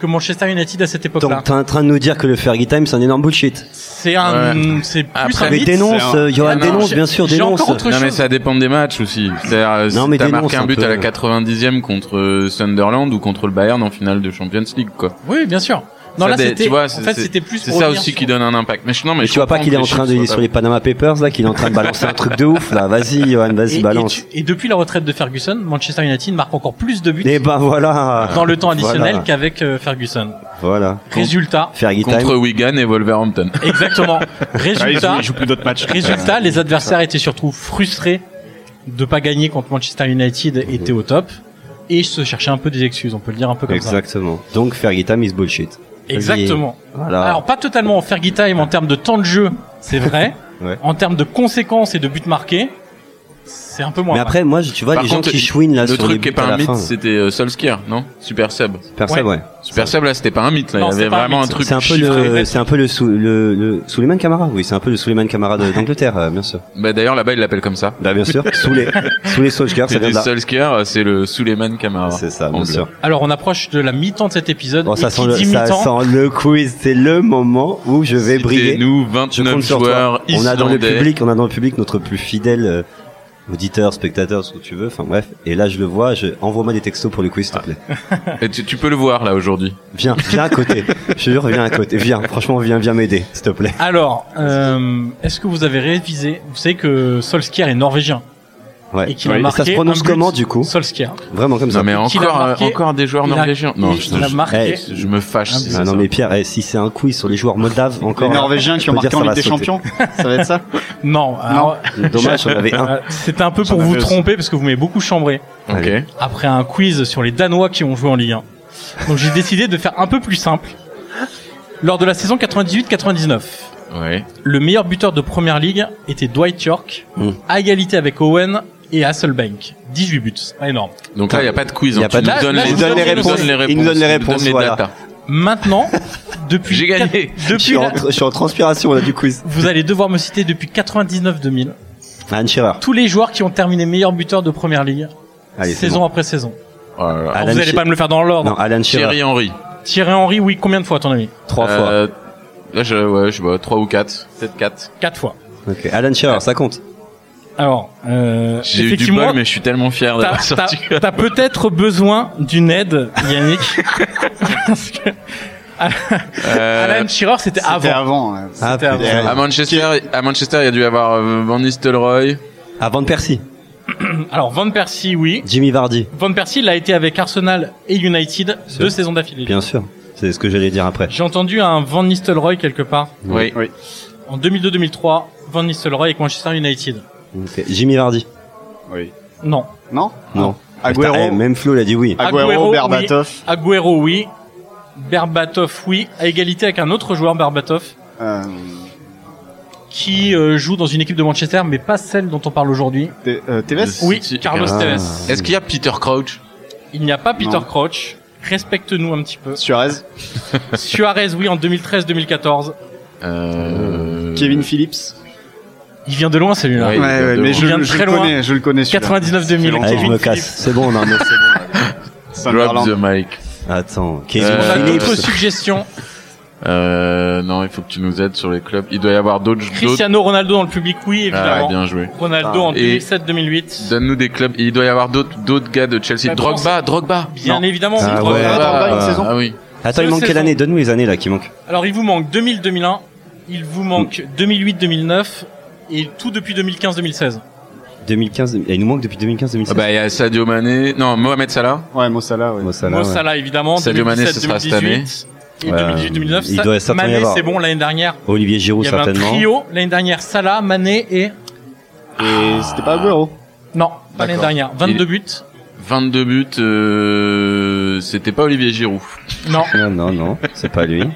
que Manchester United à cette époque-là.
Donc t'es en train de nous dire que le Fergie Time c'est un énorme bullshit.
C'est un,
Ouais.
c'est plus
Après,
un
Mais
mythe.
dénonce,
c'est un-
euh, Johan,
Ah non,
dénonce,
j'ai-
bien sûr,
j'ai
dénonce.
encore autre
Non, mais
chose.
ça dépend des matchs aussi. C'est-à-dire, euh,
Non,
si
mais
t'as
dénonce
marqué un
un
but
peu.
à la euh, 90e contre Sunderland ou contre le Bayern en finale de Champions League, quoi.
Oui, bien sûr. Non,
Ça,
là,
des-
c'était,
tu vois,
en
c'est-
fait, c'était plus
C'est
pour
ça
revenir
aussi
sur-
qui donne un impact. Mais je- non, mais
Mais
je
tu vois pas
comprends
qu'il est
que
en
les
train de
chiffres soient
sur les Panama Papers là, qu'il est en train de balancer un truc de ouf là. Vas-y, Johan,
Et,
vas-y,
et
balance.
tu- et depuis la retraite de Ferguson, Manchester United marque encore plus de buts
Et ben voilà.
dans le temps additionnel
Voilà.
qu'avec euh, Ferguson.
Voilà.
Résultat,
Fergie
Contre
Time.
Wigan et Wolverhampton.
[laughs]
exactement.
Ah, ils, jouent,
Résultat,
ils jouent plus d'autres matchs.
résultat, les adversaires étaient surtout frustrés de pas gagner contre Manchester United était au top et se cherchaient un peu des excuses, on peut le dire un peu comme
Exactement. Donc Fergie Time is bullshit.
ça. Exactement.
Voilà.
Alors pas totalement en Fergie Time en termes de temps de jeu, c'est vrai.
[laughs] Ouais.
En termes de conséquences et de buts marqués, c'est un peu moins.
mais
vrai.
après, moi, je- tu vois,
Par
les
contre,
gens qui chouinent là
Le
sur les
truc qui est
buts
pas
à
un
la
mythe,
fin.
c'était euh, Solskjaer, non Super Sub.
Personne, ouais.
Super Sub, là, c'était pas un mythe. Là.
Non,
Il y
c'était
avait
pas un
vraiment un
mythe.
truc
C'est un peu
chiffré.
le, c'est un peu le, sou- le, le Souleymane Camara. Oui, c'est un peu le Souleymane Camara
[laughs]
de- d'Angleterre, euh, bien sûr.
Bah, D'ailleurs, là-bas, il l'appelle comme ça.
Bah, bien
[laughs]
sûr. Soulé. Soulé Solskjaer, ça
C'est
vient
du
de là.
Solskjaer, c'est le Suleiman Kamara.
C'est ça, bien
Anglais.
sûr.
Alors on approche de la mi-temps de cet épisode.
Bon, ça
et qui
sent, le,
dit
ça
mi-temps,
sent le quiz. C'est le moment où je vais
C'était
briller.
nous,
je
29
compte sur
joueurs
toi. On a dans le
islandais.
public, on a dans le public notre plus fidèle euh, auditeur, spectateur, ce que tu veux. Enfin bref. Et là, je le vois. Je envoie-moi des textos pour le quiz, s'il
Ah.
te plaît.
Et tu, tu peux le voir, là, aujourd'hui.
Viens, viens à côté. je te jure, viens à côté. Viens. Franchement, viens, viens m'aider, s'il te plaît.
Alors, euh, est-ce que vous avez révisé Vous savez que Solskjaer est norvégien
Ouais.
et qu'il a
Et
marqué
ça se prononce
un but.
comment, du coup
Solskjaer.
Vraiment comme ça. Bah,
Non, mais
Qui l'a
encore,
marqué
euh, encore des joueurs
Il a-
norvégiens. Non,
il-
putain,
il a
je-
marqué.
Eh,
je me fâche.
Ah,
c'est
Ah non
ça.
mais Pierre, eh, si c'est un quiz sur les joueurs moldaves
Les
encore,
Norvégiens qui
je
ont
peux
marqué
dire,
en
ça
Ligue des
va sauter.
Champions. Ça va être ça
Non. alors,
dommage, on avait un.
euh, C'était un peu
J'en
pour vous
avais aussi.
tromper parce que vous m'avez beaucoup chambré
Ok.
Allez.
après un quiz sur les Danois qui ont joué en Ligue 1. Donc j'ai décidé de faire un peu plus simple. Lors de la saison 98-99,
Ouais.
le meilleur buteur de première ligue était Dwight York,
Mm.
à égalité avec Owen et Hasselbank. 18 buts, pas énorme.
Donc là, il n'y a pas de quiz.
Il y a
hein.
pas
Tu
de-
nous donnes
Là,
les-
je vous
tu
donne les
nous donnes
réponses.
les
Il nous donne les
tu nous donnes
réponses,
les
voilà.
datas.
Maintenant, depuis
J'ai gagné.
Je suis,
depuis la-
en, je suis en transpiration là du quiz.
Vous allez devoir me citer depuis 99-2000
Anne Shearer.
tous les joueurs qui ont terminé meilleur buteur de première ligue,
Allez, c'est
saison
bon.
après saison.
Oh là là.
Ah,
Alors,
Alan
vous n'allez
Shearer.
pas me le faire dans
Non,
l'ordre.
Alan Shearer.
Thierry Henry.
Thierry Henry, oui, combien de fois à ton ami
Trois fois.
Euh, Là, je, ouais, je sais pas, 3 ou 4. Peut-être 4.
Quatre fois.
Ok. Alan Shearer, ça compte.
Alors, euh,
J'ai eu du
effectivement,
bol, mais je suis tellement fier
t'as-
d'avoir sorti.
[laughs] t'as t'as peut-être besoin d'une aide, Yannick. Parce que
Euh,
Alan Shearer, c'était
C'était
avant.
avant. ouais.
Ah,
C'était
putain.
à Manchester, à Manchester, il y a dû y avoir euh, Van Nistelrooy.
Ah, Van Persie.
Alors, Van Persie, oui.
Jimmy Vardy.
Van Persie, il a été avec Arsenal et United
Sûr.
deux saisons d'affilée.
Bien sûr. C'est ce que j'allais dire après.
J'ai entendu un Van Nistelrooy quelque part.
Oui.
Oui.
En 2002-2003, Van Nistelrooy avec Manchester United.
Ok. Jimmy Vardy.
Oui.
Non.
Non
Non.
Ah,
Agüero.
Putain, eh, même Flo l'a dit oui.
Agüero,
Agüero, oui.
Berbatov.
Agüero, oui. Berbatov, oui. À égalité avec un autre joueur, Berbatov,
Euh,
qui euh, joue dans une équipe de Manchester, mais pas celle dont on parle aujourd'hui.
T- euh, Tevez
Oui,
City.
Carlos
Ah.
Tevez.
Est-ce qu'il y a Peter Crouch
Il n'y a pas Peter
Non.
Crouch. Respecte-nous un petit
[laughs]
peu.
Suarez.
Suarez, oui, en 2013-2014.
euh...
Kevin Phillips.
Il vient de loin, celui-là.
Ouais, ouais,
mais
mais
je-
je,
vient de je très
le
le loin. connais,
connais, je le connais.
99-2000.
Allez, je
Ah, Kevin
me casse.
Phillips.
C'est bon, non, mais
[laughs]
c'est bon.
Drop the mic.
Attends. Kevin
On a
Euh,
d'autres
Phillips.
suggestions.
Euh, non, il faut que tu nous aides sur les clubs. Il doit y avoir d'autres. d'autres-
Cristiano Ronaldo dans le public, oui,
Ah,
évidemment.
bien joué.
Ronaldo en
Et-
2007-2008.
Donne-nous des clubs. Il doit y avoir d'autres, d'autres gars de Chelsea.
Bah,
Drogba, Drogba.
Bien
Non.
évidemment.
Ah
oui,
ouais.
Ronaldo.
Drogba,
Ah,
une
ah,
saison.
Ah oui.
Attends, il
Deux
manque quelle
saisons.
année Donne-nous les années là qui manquent.
Alors il vous manque 2000-2001, il vous manque
Mm.
2008-2009 et tout depuis 2015-2016.
2015. eh, Il nous manque depuis 2015, 2016.
Ah bah, il y a Sadio Mané. Non, Mohamed Salah.
Ouais, Mossala, ouais.
Mo Salah,
bah, Mo
ouais.
Salah évidemment,
Sadio Mané, ce sera cette
2017-2018 et
Ouais,
2018-2019.
il
Ça-
doit certainement y
Mané
avoir.
c'est bon l'année dernière.
Olivier
Il
Giroud
y avait un
certainement.
trio l'année dernière, Salah, Mané et
Et c'était pas Agüero.
non pas l'année dernière, 22
Il-
buts.
22 buts. Euh... C'était pas Olivier Giroud.
Non.
Non, Ah, non, non, c'est pas lui.
Euh,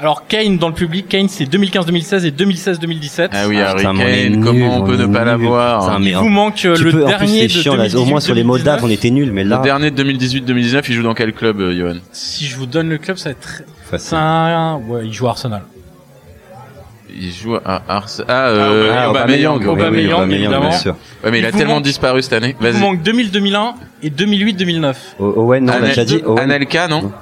Alors Kane dans le public, Kane c'est 2015-2016 et 2016-2017.
Ah oui,
Ah,
Harry
putain, mais on est
Kane.
nuls,
Comment on peut
est
ne pas
nuls.
l'avoir
Putain,
Il
mais
vous
en-
manque euh,
tu
le
peux- en plus,
dernier
c'est chiant,
de
là.
2018,
Au moins sur les mots d'art, on était nuls, mais
Le
là.
dernier de 2018-2019, il joue dans quel club, euh, Johan
Si je vous donne le club, ça va être c'est
Facile.
un- ouais, il joue à Arsenal.
Il joue à Ars... Ah, euh,
Ah,
Aubameyang.
oui, oui,
Aubameyang, évidemment.
bien sûr.
Ouais, mais il
Il
a
vous
tellement
manque-
disparu cette année.
Il vous
Vas-y.
manque 2000-2001 et 2008-2009.
O- Owen, non, on l'a
Anel-
déjà dit. Owen.
Anelka, non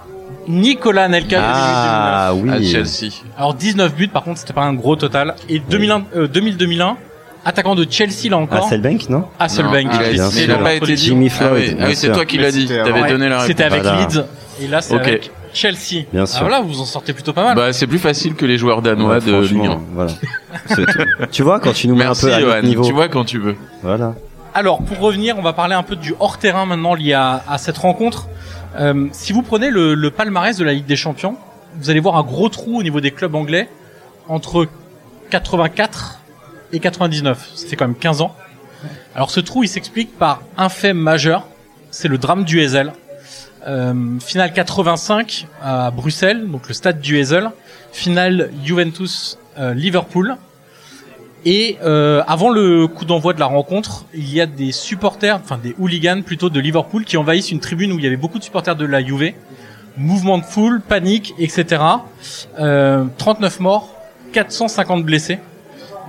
Nicolas Nelka
Ah
À
oui.
Chelsea.
Alors 19 buts par contre, c'était pas un gros total. Et 2001, euh, 2000-2001, attaquant de Chelsea là encore,
Hasselbank, Ah, non
Ah,
Hasselbank.
Non,
qui
il a-
est
bien
mais
blessé
il a
sûr.
entre
pas
les
été dit.
deux.
Jimmy
Ah oui,
Floyd,
ah oui,
bien
c'est
sûr.
toi qui l'as
Mais
dit.
c'était
T'avais
avant.
donné la réponse.
C'était avec
Voilà.
Leeds et là c'est
Ok.
avec Chelsea.
Bien sûr.
Ah, voilà, vous en sortez plutôt pas mal.
Bah, c'est plus facile que les joueurs danois
Ouais,
de
franchement,
Ligue 1. [laughs]
Voilà. C'est tout. tu vois, quand tu nous mets
Merci,
un peu à notre
Johan.
niveau.
Tu vois quand tu veux.
Voilà.
Alors, pour revenir, on va parler un peu du hors-terrain maintenant lié à, à cette rencontre. Euh, si vous prenez le, le palmarès de la Ligue des Champions, vous allez voir un gros trou au niveau des clubs anglais entre 84 et 99. Ça fait quand même 15 ans. Alors, ce trou, il s'explique par un fait majeur. C'est le drame du Hazel. Euh, finale 85 à Bruxelles, donc le stade du Hazel. Finale euh, Juventus-Liverpool. Et euh, avant le coup d'envoi de la rencontre, il y a des supporters, enfin des hooligans plutôt de Liverpool qui envahissent une tribune où il y avait beaucoup de supporters de la Juve. Mouvement de foule, panique, etc. Euh, 39 morts, 450 blessés.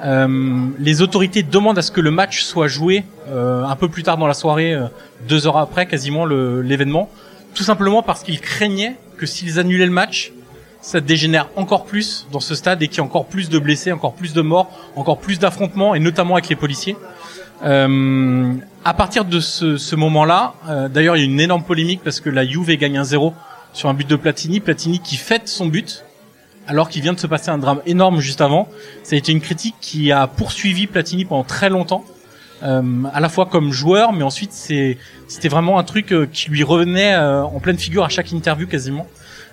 Euh, les autorités demandent à ce que le match soit joué euh, un peu plus tard dans la soirée, euh, deux heures après quasiment le- l'événement, tout simplement parce qu'ils craignaient que s'ils annulaient le match, ça dégénère encore plus dans ce stade et qu'il y ait encore plus de blessés, encore plus de morts, encore plus d'affrontements et notamment avec les policiers. Euh, à partir de ce, ce moment-là, euh, d'ailleurs, il y a une énorme polémique parce que la Juve gagne un 0 sur un but de Platini, Platini qui fête son but alors qu'il vient de se passer un drame énorme juste avant. Ça a été une critique qui a poursuivi Platini pendant très longtemps. euh, à la fois comme joueur, mais ensuite c'est c'était vraiment un truc euh, qui lui revenait euh, en pleine figure à chaque interview quasiment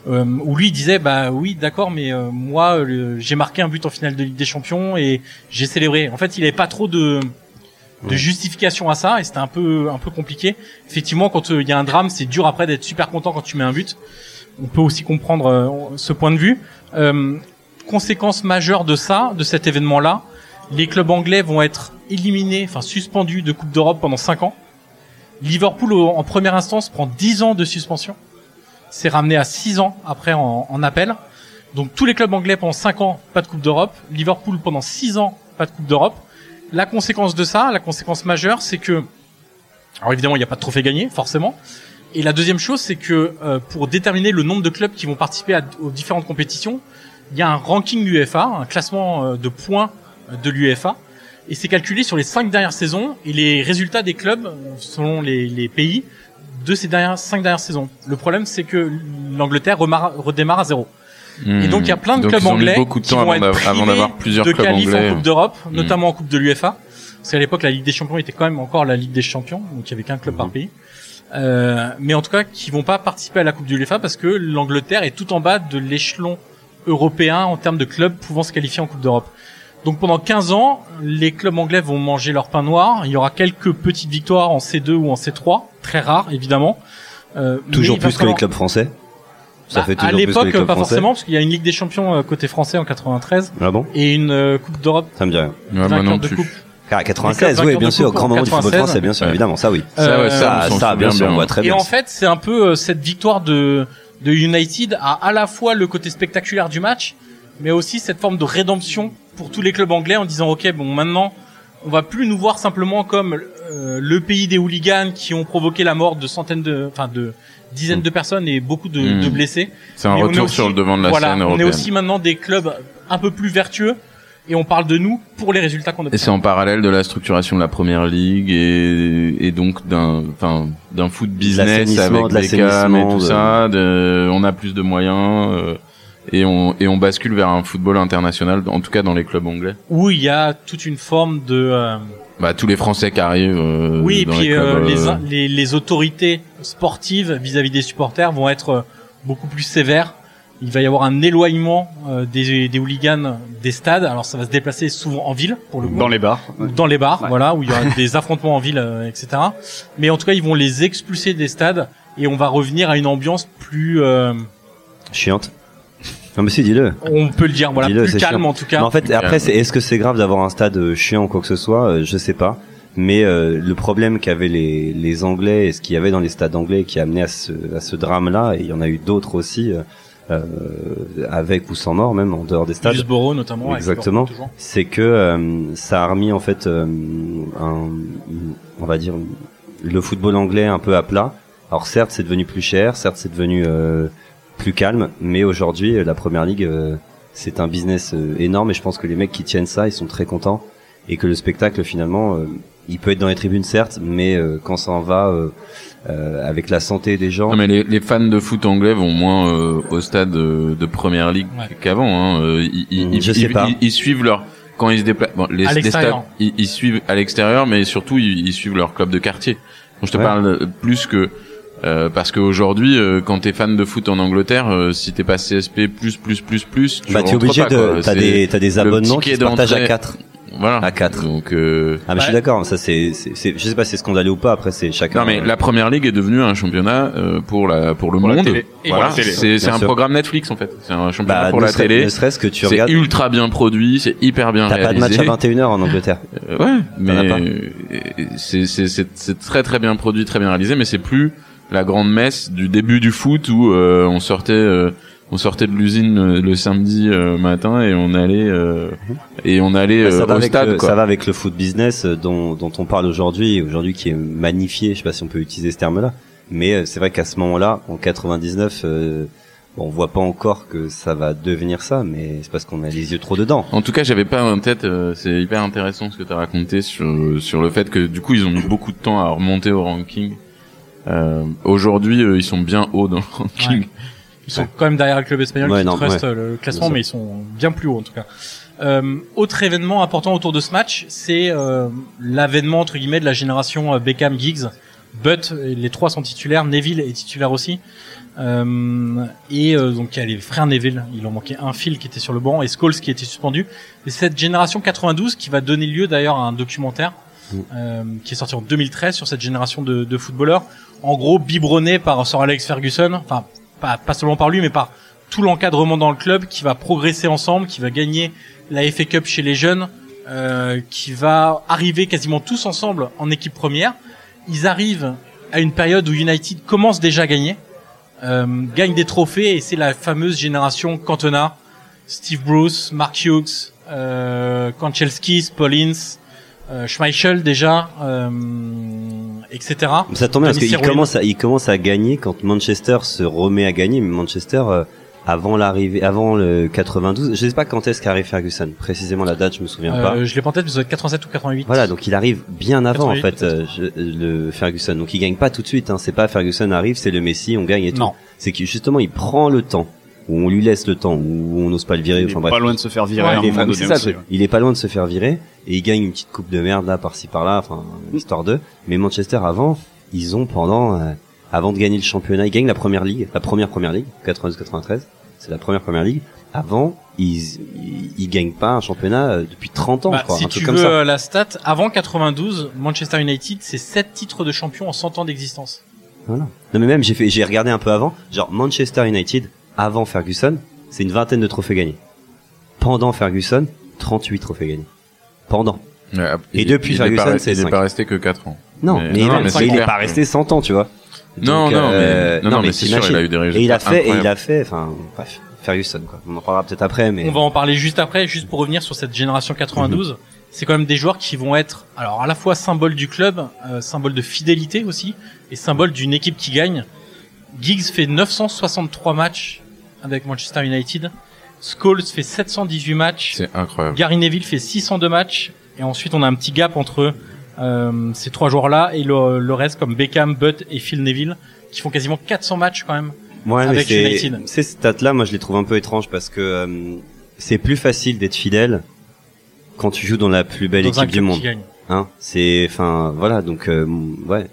euh, où lui il disait bah oui d'accord mais euh, moi euh, le- j'ai marqué un but en finale de Ligue des Champions et j'ai célébré. En fait, il avait pas trop de de justification à ça et c'était un peu un peu compliqué. Effectivement, quand euh, il y a un drame, c'est dur après d'être super content quand tu mets un but. On peut aussi comprendre euh, ce point de vue. Euh, conséquence majeure de ça, de cet événement-là, les clubs anglais vont être éliminés, enfin suspendus de Coupe d'Europe pendant 5 ans. Liverpool au- en première instance prend 10 ans de suspension c'est ramené à 6 ans après en, en appel. Donc tous les clubs anglais pendant 5 ans, pas de Coupe d'Europe. Liverpool pendant 6 ans, pas de Coupe d'Europe. La conséquence de ça, la conséquence majeure, c'est que... Alors évidemment, il n'y a pas de trophée gagné, forcément. Et la deuxième chose, c'est que euh, pour déterminer le nombre de clubs qui vont participer à- aux différentes compétitions, il y a un ranking UEFA, un classement euh, de points euh, de l'UEFA. Et c'est calculé sur les 5 dernières saisons et les résultats des clubs, euh, selon les- les pays, de ces dernières cinq dernières saisons. Le problème, c'est que l'Angleterre remar- redémarre à zéro. Et donc il y a plein de
Donc,
clubs
ils ont mis
anglais
beaucoup de
qui
temps
vont
avant
être
d'av- avant
privés
d'avoir plusieurs
de
clubs
qualif
anglais.
en Coupe d'Europe,
Mm.
notamment en Coupe de l'UEFA, parce qu'à l'époque la Ligue des Champions était quand même encore la Ligue des Champions, donc il y avait qu'un club par pays. Euh, mais en tout cas, qui vont pas participer à la Coupe de l'UEFA parce que l'Angleterre est tout en bas de l'échelon européen en termes de clubs pouvant se qualifier en Coupe d'Europe. Donc pendant 15 ans, les clubs anglais vont manger leur pain noir. Il y aura quelques petites victoires en C2 ou en C3, très rares évidemment. Euh,
Toujours
mais il va
plus que les
falloir-
clubs français. Ça
bah,
fait
à
toujours plus que les
l'époque,
clubs
pas
français.
forcément, parce qu'il y a une Ligue des Champions euh, côté français en 93
Ah bon
et une euh, Coupe d'Europe
Ça me dit rien.
Ouais, moi
vainqueur
non
de
plus.
coupe.
Ah,
Les
96,
clubs
oui,
vainqueurs
bien
de
sûr.
coupe
Grand
en
moment du football
96.
français, bien sûr,
Ouais.
évidemment. Ça, oui.
Euh,
Ça, ouais, ça,
ça,
on s'en
ça, bien
souvient
sûr, on
bien.
voit très
Et
bien.
en fait, c'est un peu euh, cette victoire de de United a à la fois le côté spectaculaire du match, mais aussi cette forme de rédemption pour tous les clubs anglais en disant ok bon maintenant on va plus nous voir simplement comme euh, le pays des hooligans qui ont provoqué la mort de centaines de enfin de dizaines
Mm.
de personnes et beaucoup de,
Mm.
de blessés.
C'est un
Mais on est
retour
aussi-
sur le devant de la
voilà, on
scène
est
européenne.
aussi maintenant des clubs un peu plus vertueux et on parle de nous pour les résultats qu'on
Et
obtient.
c'est en parallèle de la structuration de la première ligue et, et donc d'un, enfin, d'un foot business
L'assainissement,
avec
de
des cams et
l'assainissement,
tout
de-
ça. de- on a plus de moyens euh, et on et on bascule vers un football international, en tout cas dans les clubs anglais.
Où il y a toute une forme de euh,
Bah tous les Français qui arrivent. euh,
oui, et
dans
puis
les,
euh,
clubs,
les,
euh,
les les autorités sportives vis-à-vis des supporters vont être euh, beaucoup plus sévères. Il va y avoir un éloignement euh, des des hooligans des stades. Alors ça va se déplacer souvent en ville pour le coup.
Dans les bars.
ou dans les bars,
Ouais.
voilà, où il y aura [laughs] des affrontements en ville, euh, etc. Mais en tout cas, ils vont les expulser des stades et on va revenir à une ambiance plus, euh,
Chiante. Non, mais si, dis-le.
on peut le dire, voilà,
Dis-le,
plus
c'est
calme
chiant.
en tout cas. euh,
Mais en fait,
Calme.
après, c'est est-ce que c'est grave d'avoir un stade euh, chiant ou quoi que ce soit euh, Je sais pas. Mais euh, le problème qu'avaient les, les Anglais et ce qu'il y avait dans les stades anglais qui a amené à ce, à ce drame-là, et il y en a eu d'autres aussi, euh, euh, avec ou sans mort même, en dehors des stades,
Hillsborough notamment. avec
Exactement.
Liverpool, toujours.
c'est que euh, ça a remis en fait, euh, un, on va dire, le football anglais un peu à plat. Alors certes, c'est devenu plus cher, certes, c'est devenu euh, plus calme, mais aujourd'hui, euh, la Première Ligue, euh, c'est un business euh, énorme et je pense que les mecs qui tiennent ça, ils sont très contents et que le spectacle finalement, euh, il peut être dans les tribunes certes, mais euh, quand ça en va euh, euh, avec la santé des gens.
Non mais les, les fans de foot anglais vont moins euh, au stade euh, de première ligue
Ouais.
qu'avant. Hein. Euh, Ils, ils-
Je
ils-
sais
ils-
pas.
ils- ils suivent leur quand ils se déplacent. bon, les,
À
les
l'extérieur.
stades, ils, ils suivent à l'extérieur, mais surtout ils, ils suivent leur club de quartier. Donc, je te
Ouais.
parle euh, plus que euh, parce qu'aujourd'hui, euh, quand t'es fan de foot en Angleterre, euh, si t'es pas CSP plus plus plus plus, tu
bah t'es
rentres
obligé
pas,
de,
quoi.
t'as
C'est-
des, t'as des
le
abonnements qui
ticket
se partagent à
d'entrée.
4
voilà
à quatre.
Donc euh,
Ah mais je suis
Ouais.
d'accord, ça c'est, c'est, c'est- je sais pas si c'est scandaleux ou pas. Après c'est chacun.
Non mais la première ligue est devenue un championnat euh, pour la pour le
Pour la
monde.
télé. Et
Voilà,
pour la télé.
c'est c'est
Bien
un
sûr.
programme Netflix en fait. C'est un championnat
bah,
pour
ne
la
serait-
télé.
ne serait-ce que tu
C'est
regardes.
ultra bien produit, c'est hyper bien
T'as pas de match
réalisé.
à 21h en Angleterre.
Euh, ouais,
as
mais
pas.
euh, c'est c'est c'est c'est très très bien produit, très bien réalisé, mais c'est plus la grande messe du début du foot où euh, on sortait euh, on sortait de l'usine euh, le samedi euh, matin et on allait euh, et on allait
Bah, Mhm. ça,
euh,
va
au
avec
stade
le,
quoi.
ça va avec le foot business euh, dont, dont on parle aujourd'hui, aujourd'hui qui est magnifié, je sais pas si on peut utiliser ce terme-là, mais euh, c'est vrai qu'à ce moment-là, en 99, euh, bon, on voit pas encore que ça va devenir ça, mais c'est parce qu'on a les yeux trop dedans.
En tout cas, j'avais pas en tête. euh, c'est hyper intéressant ce que t'as raconté sur sur le fait que du coup, ils ont mis beaucoup de temps à remonter au ranking. Euh, Aujourd'hui, euh, ils sont bien hauts dans le ranking.
Ils sont quand même derrière le club espagnol
Ouais,
qui
non,
truste euh, le classement,
Bien sûr.
mais ils sont bien plus haut en tout cas. Euh, autre événement important autour de ce match, c'est euh, l'avènement entre guillemets de la génération euh, Beckham, Giggs, Butt. et Les trois sont titulaires. Neville est titulaire aussi. Euh, et euh, donc il y a les frères Neville. Il en manquait un Phil qui était sur le banc et Scholes qui était suspendu. Et cette génération 92 qui va donner lieu d'ailleurs à un documentaire
Mm.
euh, qui est sorti en 2013 sur cette génération de, de footballeurs. En gros, biberonné par Sir Alex Ferguson. Enfin, pas, pas seulement par lui, mais par tout l'encadrement dans le club qui va progresser ensemble, qui va gagner la FA Cup chez les jeunes, euh, qui va arriver quasiment tous ensemble en équipe première. Ils arrivent à une période où United commence déjà à gagner, euh, gagne des trophées et c'est la fameuse génération Cantona, Steve Bruce, Mark Hughes, euh, Kanchelskis, Paulins, euh, Schmeichel déjà, euh, etc.
Ça tombe bien parce
Denis
qu'il
Irwin.
commence, à- il commence à gagner quand Manchester se remet à gagner, mais Manchester, euh, avant l'arrivée, avant le 92, je sais pas quand est-ce qu'arrive Ferguson, précisément la date, je me souviens pas.
Euh, je l'ai pas en tête, mais ça doit être 87 ou 88.
Voilà, donc il arrive bien avant
88,
en fait euh, je- le Ferguson. Donc il gagne pas tout de suite. Hein. C'est pas Ferguson arrive, c'est le Messi, on gagne et
Non.
tout. C'est que justement il prend le temps, ou on lui laisse le temps, ou on n'ose pas le virer.
Il est
Enfin bref,
pas loin de se faire virer
Ouais,
à un
il, est
moment
pas,
donné
c'est ça, le
aussi,
truc.
ouais.
Il est pas loin de se faire virer et il gagne une petite coupe de merde là par-ci par-là, enfin
Mm.
histoire de. Mais Manchester avant, ils ont pendant euh, avant de gagner le championnat, ils gagnent la première ligue, la première première ligue, 92-93, c'est la première première ligue. Avant, ils, ils ils gagnent pas un championnat euh, depuis 30 ans,
Bah,
je crois,
si
un
tu
truc
veux
comme ça.
euh, la stat, avant 92, Manchester United, c'est 7 titres de champion en 100 ans d'existence.
Voilà. Non mais même j'ai fait j'ai regardé un peu avant, genre Manchester United avant Ferguson, c'est une vingtaine de trophées gagnés. Pendant Ferguson, 38 trophées gagnés. Pendant.
Ouais,
Et
il-
depuis
il est
Ferguson,
pas-
c'est
il est
cinq.
pas resté que 4 ans.
Non,
Mais-
mais,
non,
même,
mais c'est
mais il est
clair
pas
que-
resté 100 ans, tu vois.
Non,
Donc,
non, mais-
euh,
non, non, mais c'est sûr,
t'imagines.
il a eu des résultats
Et il a fait, et il a
incroyables.
fait, enfin, bref, Ferguson, quoi. On en parlera peut-être après, mais. Mhm.
On va en parler juste après, juste pour revenir sur cette génération 92. C'est quand même des joueurs qui vont être, alors à la fois symbole du club, euh, symbole de fidélité aussi, et symbole d'une équipe qui gagne. Giggs fait 963 matchs avec Manchester United. Scholes fait 718 matchs.
C'est incroyable.
Gary Neville fait 602 matchs et ensuite on a un petit gap entre euh, ces trois joueurs-là et le, le reste comme Beckham, Butt et Phil Neville qui font quasiment 400 matchs quand même.
Ouais, mais
avec
c'est-
United.
Ces stats-là, moi, je les trouve un peu étranges parce que euh, c'est plus facile d'être fidèle quand tu joues dans la plus belle
dans un
équipe du
club
monde.
Qui gagne.
Hein, c'est, enfin, voilà, donc, euh, ouais.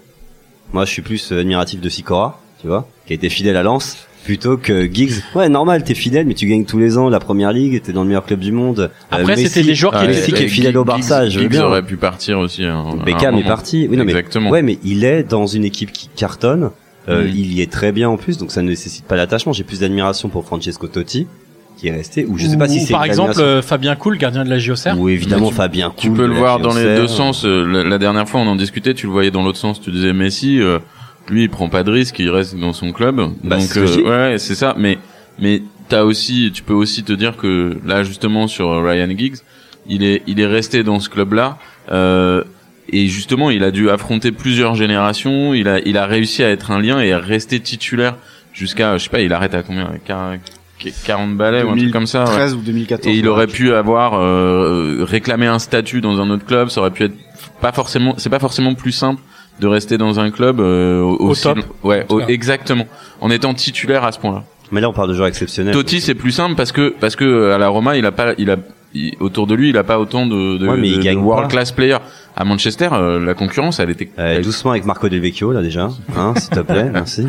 Moi, je suis plus euh, admiratif de Sicora, tu vois, qui a été fidèle à Lens, plutôt que Giggs. Ouais, normal, t'es fidèle, mais tu gagnes tous les ans la première ligue, t'es dans le meilleur club du monde. Euh,
Après,
Messi-
c'était des joueurs qui
Ouais,
étaient-
Messi qui Ah, est
Giggs-
fidèle au Barça, je veux
Giggs
bien.
aurait pu partir aussi. à un- à un
Beckham est
moment.
parti. Oui, non, mais,
Exactement.
ouais, mais il est dans une équipe qui cartonne. Euh,
Mhm.
Il y est très bien en plus, donc ça ne nécessite pas d'attachement. J'ai plus d'admiration pour Francesco Totti, qui est resté, ou je sais pas
Ou
si c'est
par
une
exemple
admiration.
euh, Fabien Cool, gardien de la JOCR.
ou évidemment
tu-
Fabien
Tu
Cool,
peux le
la
voir dans les
Fiancée.
deux sens. Euh, La, la dernière fois, on en discutait, tu le voyais dans l'autre sens. Tu disais Messi, euh, lui, il prend pas de risque, il reste dans son club.
Bah,
Donc, euh,
c'est logique.
ouais, c'est ça. Mais, mais t'as aussi, tu peux aussi te dire que là, justement, sur euh, Ryan Giggs, il est, il est resté dans ce club-là. Euh, et justement, il a dû affronter plusieurs générations. Il a, il a réussi à être un lien et à rester titulaire jusqu'à, je sais pas, il arrête à combien, à 40 qu- 40 balais ou un truc comme ça. Ah, ouais.
13 ou 2014.
Et il
ouais.
aurait pu avoir euh, réclamé un statut dans un autre club. Ça aurait pu être pas forcément. C'est pas forcément plus simple de rester dans un club euh, au, aussi
top.
long- Ouais, au-
Ouais.
exactement. En étant titulaire à ce point-là.
Mais là, on parle de joueurs exceptionnels. euh,
Totti, c'est plus simple parce que parce que euh, à la Roma, il a pas, il a il- autour de lui, il a pas autant de, de,
Ouais, mais il
de- de
gagne
world
pas.
class player. À Manchester, euh, la concurrence, elle était.
Euh,
elle-
doucement avec Marco Del Vecchio, là, déjà. Hein, s'il
[laughs]
te plaît, merci.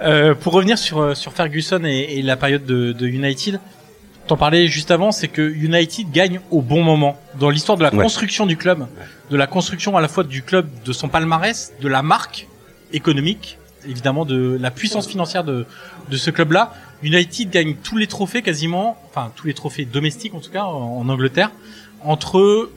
Euh, pour revenir sur, euh, sur Ferguson et, et la période de, de United, t'en parlais juste avant, c'est que United gagne au bon moment. Dans l'histoire de la
Ouais.
construction du club, de la construction à la fois du club, de son palmarès, de la marque économique, évidemment de la puissance financière de, de ce club-là, United gagne tous les trophées quasiment, enfin tous les trophées domestiques en tout cas en, en Angleterre, entre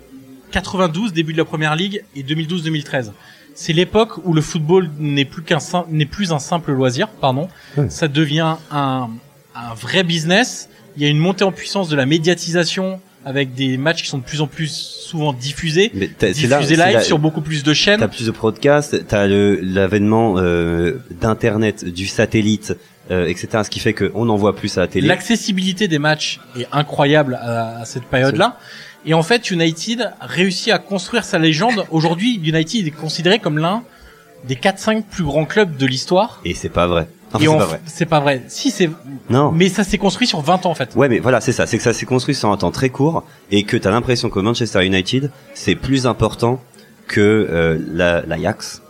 92, début de la Première Ligue, et 2012-2013. C'est l'époque où le football n'est plus qu'un sim- n'est plus un simple loisir, pardon.
Ouais.
Ça devient un, un vrai business. Il y a une montée en puissance de la médiatisation avec des matchs qui sont de plus en plus souvent diffusés,
Mais t'as- c'est là,
diffusés
c'est
live
là-
sur beaucoup plus de
T'as
chaînes.
plus de podcasts, t'as le- l'avènement euh, d'internet, du satellite, euh, etc. Ce qui fait qu'on en voit plus à la télé.
L'accessibilité des matchs est incroyable à, à cette période-là. Et en fait, United réussit à construire sa légende. Aujourd'hui, United est considéré comme l'un des 4-5 plus grands clubs de l'histoire.
Et c'est pas vrai. Enfin,
Et
Ah, c'est
en
pas
f-
vrai. Oh.
C'est pas vrai. Si c'est,
Non.
mais ça s'est construit sur 20 ans en fait.
Ouais, mais voilà, c'est ça. C'est que ça s'est construit sur un temps très court et que t'as l'impression que Manchester United, c'est plus important que euh, la- l'Ajax,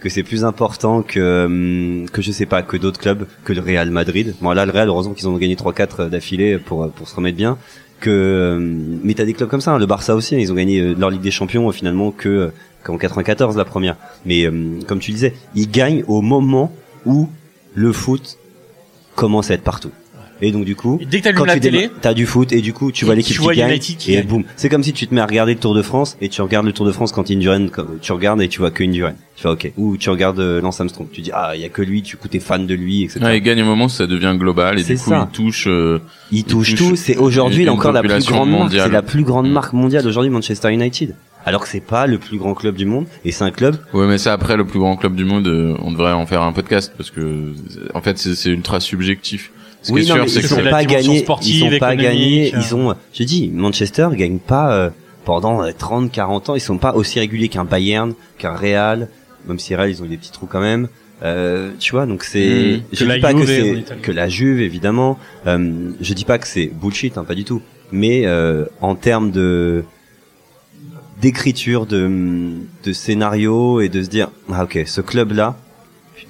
que c'est plus important que, hum, que je sais pas, que d'autres clubs, que le Real Madrid. Bon, là, le Real, heureusement qu'ils ont gagné 3-4 d'affilée pour, euh, pour se remettre bien. Que, hum, mais t'as des clubs comme ça, hein, le Barça aussi, hein, ils ont gagné euh, leur Ligue des Champions euh, finalement que euh, qu'en 94 la première. Mais hum, comme tu disais, ils gagnent au moment où le foot commence à être partout. Et donc du coup,
Et dès que t'allumes
quand
la
tu
télé,
déma- t'as du foot et du coup
Et
tu vois
tu
l'équipe
vois
qui gagne
United qui
et
gagne.
boum c'est comme si tu te mets à regarder le Tour de France et tu regardes le Tour de France quand Indurain comme- tu regardes et tu vois que Indurain tu fais ok ou tu regardes euh, Lance Armstrong tu dis ah il y a que lui tu coup t'es fan de lui etc
Ouais, il gagne au moment où ça devient global et
C'est
du coup
ça.
il touche. euh,
il touche
touche
tout c'est aujourd'hui
une
encore la plus
population
grande marque
mondiale.
c'est la plus grande
Mm.
marque mondiale aujourd'hui Manchester United alors que c'est pas le plus grand club du monde et c'est un club
Ouais, mais ça après le plus grand club du monde, euh, on devrait en faire un podcast parce que c'est- en fait c'est c'est ultra subjectif. Ce
oui
qui est
non
sûr,
mais
c'est
ils
que
sont
c'est la
pas
dimension
gagnés ils
sportive,
sont pas gagnés
économique, hein.
ils ont je dis Manchester gagne pas euh, pendant euh, 30 40 ans ils sont pas aussi réguliers qu'un Bayern qu'un Real même si Real ils ont eu des petits trous quand même euh, tu vois donc c'est
Mmh.
Hmm. Que
je
la
dis pas
Juve
que
en
c'est
Italie.
que la Juve évidemment euh, je dis pas que c'est bullshit hein, pas du tout mais euh, en termes de d'écriture de de scénario et de se dire ah ok ce club là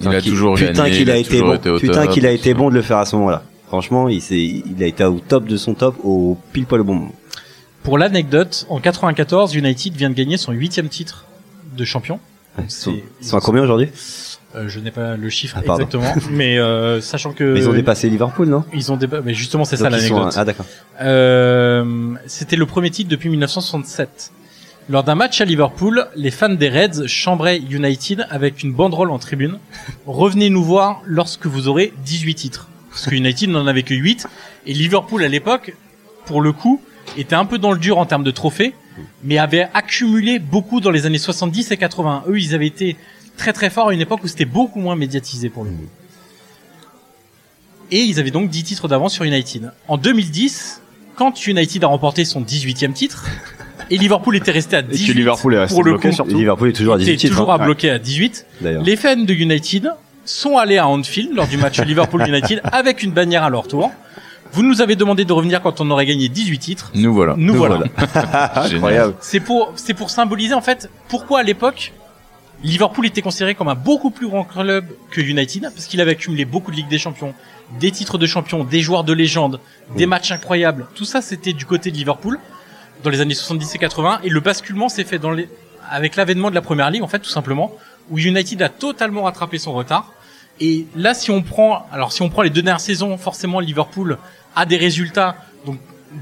Il a toujours
putain
gagné,
qu'il
il
a
a
été
toujours
bon
été au
putain
top.
qu'il a été bon de le faire à ce moment-là franchement il s'est il a été au top de son top au pile poil au bon moment
Pour l'anecdote, en 94, United vient de gagner son huitième titre de champion.
ils sont,
C'est-
ils sont à combien aujourd'hui
Euh, je n'ai pas le chiffre
Ah, pardon.
exactement, mais euh, sachant que
Mais ils ont dépassé Liverpool non
ils ont dépa- mais justement c'est ça
Donc ils sont à-
l'anecdote.
ah d'accord
Euh, C'était le premier titre depuis 1967. Lors d'un match à Liverpool, les fans des Reds chambraient United avec une banderole en tribune. Revenez nous voir lorsque vous aurez 18 titres. Parce que United n'en avait que 8. Et Liverpool à l'époque, pour le coup, était un peu dans le dur en termes de trophées, mais avait accumulé beaucoup dans les années 70 et 80. Eux, ils avaient été très très forts à une époque où c'était beaucoup moins médiatisé pour le coup. Et ils avaient donc 10 titres d'avance sur United. En 2010, quand United a remporté son 18e titre, et Liverpool était resté à
Et que
18
Liverpool est resté
pour le
bloqué
coup.
Et
surtout.
Liverpool est toujours à 18
était
titres
toujours
hein,
à bloquer à 18,
d'ailleurs
les fans de United sont allés à Anfield lors du match [laughs] Liverpool United avec une bannière à leur tour. Vous nous avez demandé de revenir quand on aurait gagné 18 titres.
Nous voilà.
Nous, voilà.
Génial.
Ah, incroyable
C'est pour c'est pour symboliser en fait pourquoi à l'époque Liverpool était considéré comme un beaucoup plus grand club que United hein, parce qu'il avait accumulé beaucoup de Ligue des Champions, des titres de champion, des joueurs de légende, des matchs incroyables. Tout ça c'était du côté de Liverpool dans les années 70 et 80 et le basculement s'est fait dans les avec l'avènement de la première ligue en fait tout simplement où United a totalement rattrapé son retard et là si on prend alors si on prend les deux dernières saisons forcément Liverpool a des résultats donc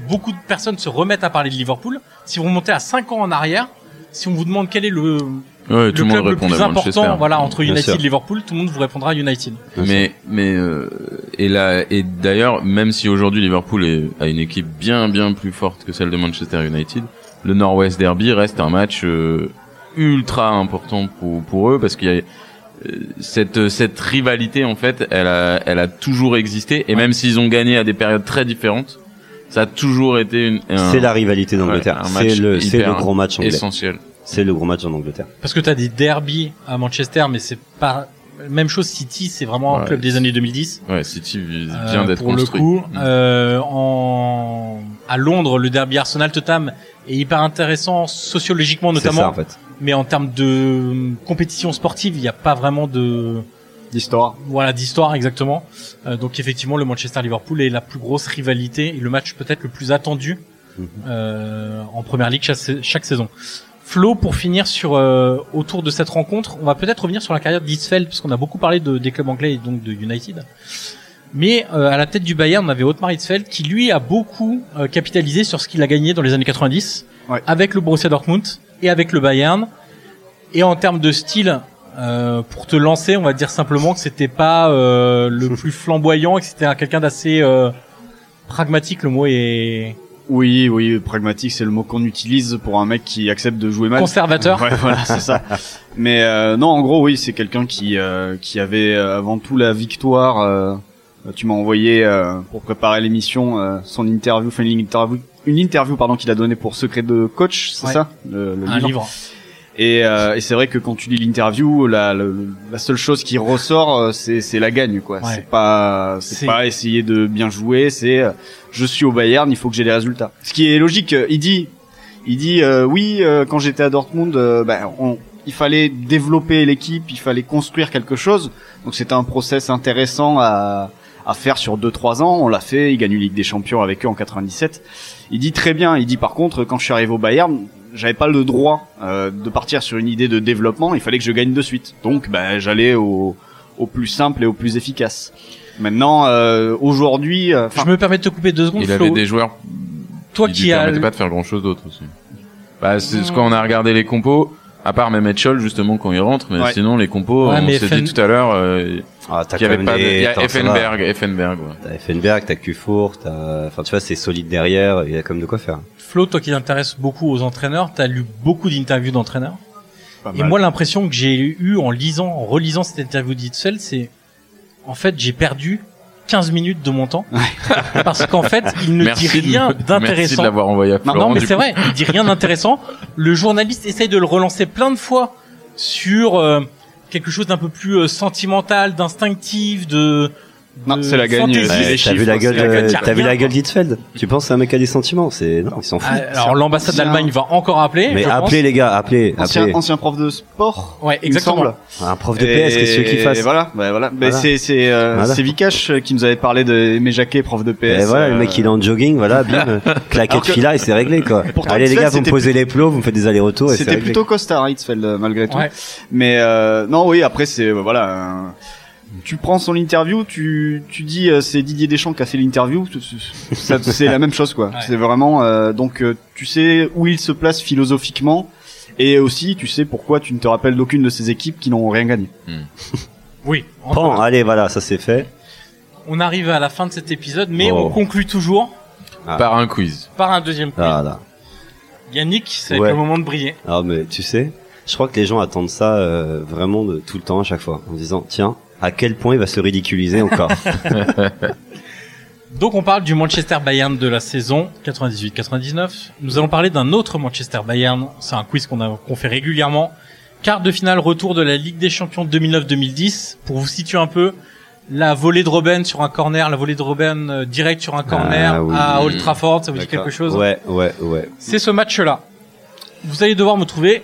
beaucoup de personnes se remettent à parler de Liverpool si vous remontez à 5 ans en arrière si on vous demande quel est le,
Ouais,
le
tout le monde
club le
répond
plus
à Manchester. hein.
important voilà entre
Bien
United
sûr.
et Liverpool tout le monde vous répondra United
Mais mais euh, et là et d'ailleurs même si aujourd'hui Liverpool est, a une équipe bien bien plus forte que celle de Manchester United, le Northwest Derby reste un match euh, ultra important pour pour eux parce qu'il y a cette cette rivalité en fait, elle a elle a toujours existé et même s'ils ont gagné à des périodes très différentes, ça a toujours été une un-
C'est la rivalité d'Angleterre.
ouais, un
c'est
match
le, c'est le
hyper
gros match anglais.
essentiel.
C'est le gros match en Angleterre.
Parce que t'as des derbies à Manchester, mais c'est pas même chose. City, c'est vraiment un
Ouais.
club des années 2010.
Ouais, City vise
euh,
bien d'être
pour
construit.
le coup.
Mm.
Euh, en à Londres, le derby Arsenal Tottenham est hyper intéressant sociologiquement
C'est
notamment,
ça en fait.
mais en termes de euh, compétition sportive, il n'y a pas vraiment de
L'histoire.
voilà d'histoire exactement. Euh, donc effectivement, le Manchester Liverpool est la plus grosse rivalité et le match peut-être le plus attendu
Mhm.
euh, en première ligue chaque, chaque saison. Flo, pour finir sur euh, autour de cette rencontre, on va peut-être revenir sur la carrière de Lisfeld parce qu'on a beaucoup parlé de, des clubs anglais et donc de United. Mais euh, à la tête du Bayern, on avait Otmar Hitzfeld qui lui a beaucoup euh, capitalisé sur ce qu'il a gagné dans les années 90
Ouais.
avec le Borussia Dortmund et avec le Bayern. Et en termes de style, euh, pour te lancer, on va dire simplement que c'était pas euh, le
[laughs]
plus flamboyant et que c'était un- quelqu'un d'assez euh, pragmatique. Le mot est
Oui, oui, pragmatique, c'est le mot qu'on utilise pour un mec qui accepte de jouer mal.
conservateur.
Ouais, [laughs] voilà, c'est ça. Mais euh, non, en gros, oui, c'est quelqu'un qui euh, qui avait euh, avant tout la victoire. euh, tu m'as envoyé euh, pour préparer l'émission euh, son interview, enfin une interview, une interview pardon qu'il a donnée pour Secret de coach, c'est
Ouais.
ça le, le
Un livre.
Et, euh, et c'est vrai que quand tu lis l'interview, la, le- la seule chose qui ressort, euh, c'est c'est la gagne, quoi.
Ouais.
C'est pas,
C'est-
c'est pas essayer de bien jouer. C'est, euh, je suis au Bayern, il faut que j'ai des résultats. Ce qui est logique. euh, Il dit, il dit, euh, oui, euh, quand j'étais à Dortmund, euh, ben, on- il fallait développer l'équipe, il fallait construire quelque chose. Donc c'était un process intéressant à, à faire sur 2-3 ans. On l'a fait. Il gagne une Ligue des Champions avec eux en 97. Il dit très bien. Il dit par contre, quand je suis arrivé au Bayern, j'avais pas le droit euh, de partir sur une idée de développement. Il fallait que je gagne de suite. Donc, ben, j'allais au, au plus simple et au plus efficace. Maintenant, euh, aujourd'hui, euh, enfin,
Je me permets de te couper deux secondes,
Il
Flo.
avait des joueurs
Toi
qui
qui
lui
as
permettaient pas de faire grand chose d'autre aussi. Bah, c'est ce qu'on a regardé les compos. À part même Etchol justement quand il rentre, mais
Ouais.
sinon les compos,
Ouais, mais
on s'est
Effen-
dit tout à l'heure euh,
Ah, t'as
qu'il y
quand
avait
même
pas. de- Il
des.
y a
attends, ça va.
Effenberg, Effenberg. ouais.
T'as Effenberg, t'as Kufour, t'as. Enfin, tu vois, c'est solide derrière. Il y a quand même de quoi faire.
Flo, toi qui t'intéresses beaucoup aux entraîneurs, t'as lu beaucoup d'interviews d'entraîneurs.
Ah,
pas
Et
bah.
mal.
moi, l'impression que j'ai eue en lisant, en relisant cette interview d'Itzel, c'est, en fait, j'ai perdu 15 minutes de mon temps. parce qu'en fait, il ne
Merci
dit
de-
rien
Merci
d'intéressant.
de l'avoir envoyé à
Non,
Florent.
non, mais
du
c'est
coup.
vrai, il dit rien d'intéressant. Le journaliste essaye de le relancer plein de fois sur euh, quelque chose d'un peu plus euh, sentimental, d'instinctif, de...
Non,
de
c'est la gagne,
fantaisiste.
c'est-
Ouais,
chiffres,
T'as vu la
c'est
gueule,
la gueule,
de-
y a
t'as vu
rien,
la gueule
quoi.
d'Hitzfeld Tu penses c'est un mec qui a des sentiments C'est non, il s'en
Ah,
fout.
Ah, Alors l'ambassade
ancien-
d'Allemagne va encore appeler.
Mais
je pense.
appelez les gars, appelez,
ancien,
appelez.
ancien prof de sport.
Ouais,
il me
exactement.
semble.
Un prof de PS, qu'est-ce que tu veux qu'il
Et
fasse
Voilà, bah, voilà. Mais
Voilà.
c'est c'est euh,
Voilà.
c'est Vikash euh, qui nous avait parlé de Aimé Jacquet, prof de PS.
Et Eh, voilà,
euh,
le mec il est en jogging, voilà, bim,
[laughs] Alors
claquette
que-
fila et c'est réglé quoi.
[laughs] Pourtant,
Allez les
Hitzfeld,
gars, vous me
c'était
posez les plots, vous me faites des allers-retours et c'est
C'était
réglé.
plutôt costard, Hitzfeld, euh, malgré tout.
Ouais.
Mais euh, non, oui, après, c'est euh, voilà. un- tu prends son interview, tu, tu dis euh, c'est Didier Deschamps qui a fait l'interview, tu- tu- ça, c'est la même chose quoi.
Ouais.
C'est vraiment euh, donc euh, tu sais où il se place philosophiquement et aussi tu sais pourquoi tu ne te rappelles d'aucune de ces équipes qui n'ont rien gagné.
Oui.
Bon, allez, voilà, ça c'est fait.
On arrive à la fin de cet épisode, mais
Oh.
on conclut toujours
Par un quiz.
par un deuxième quiz.
Voilà.
Yannick, c'est
Ah. Ouais.
le moment de briller.
Ah mais tu sais, je crois que les gens attendent ça euh, vraiment de, tout le temps à chaque fois, en disant tiens, à quel point il va se ridiculiser encore.
Donc on parle du Manchester Bayern de la saison 98-99. Nous allons parler d'un autre Manchester Bayern. C'est un quiz qu'on a- qu'on fait régulièrement. Quart de finale retour de la Ligue des Champions 2009-2010. Pour vous situer un peu, la volée de Robben sur un corner, la volée de Robben euh, direct sur un corner
Ah oui.
à Old Trafford, ça vous dit
D'accord.
quelque chose
Ouais, ouais, ouais.
C'est ce match-là. Vous allez devoir me trouver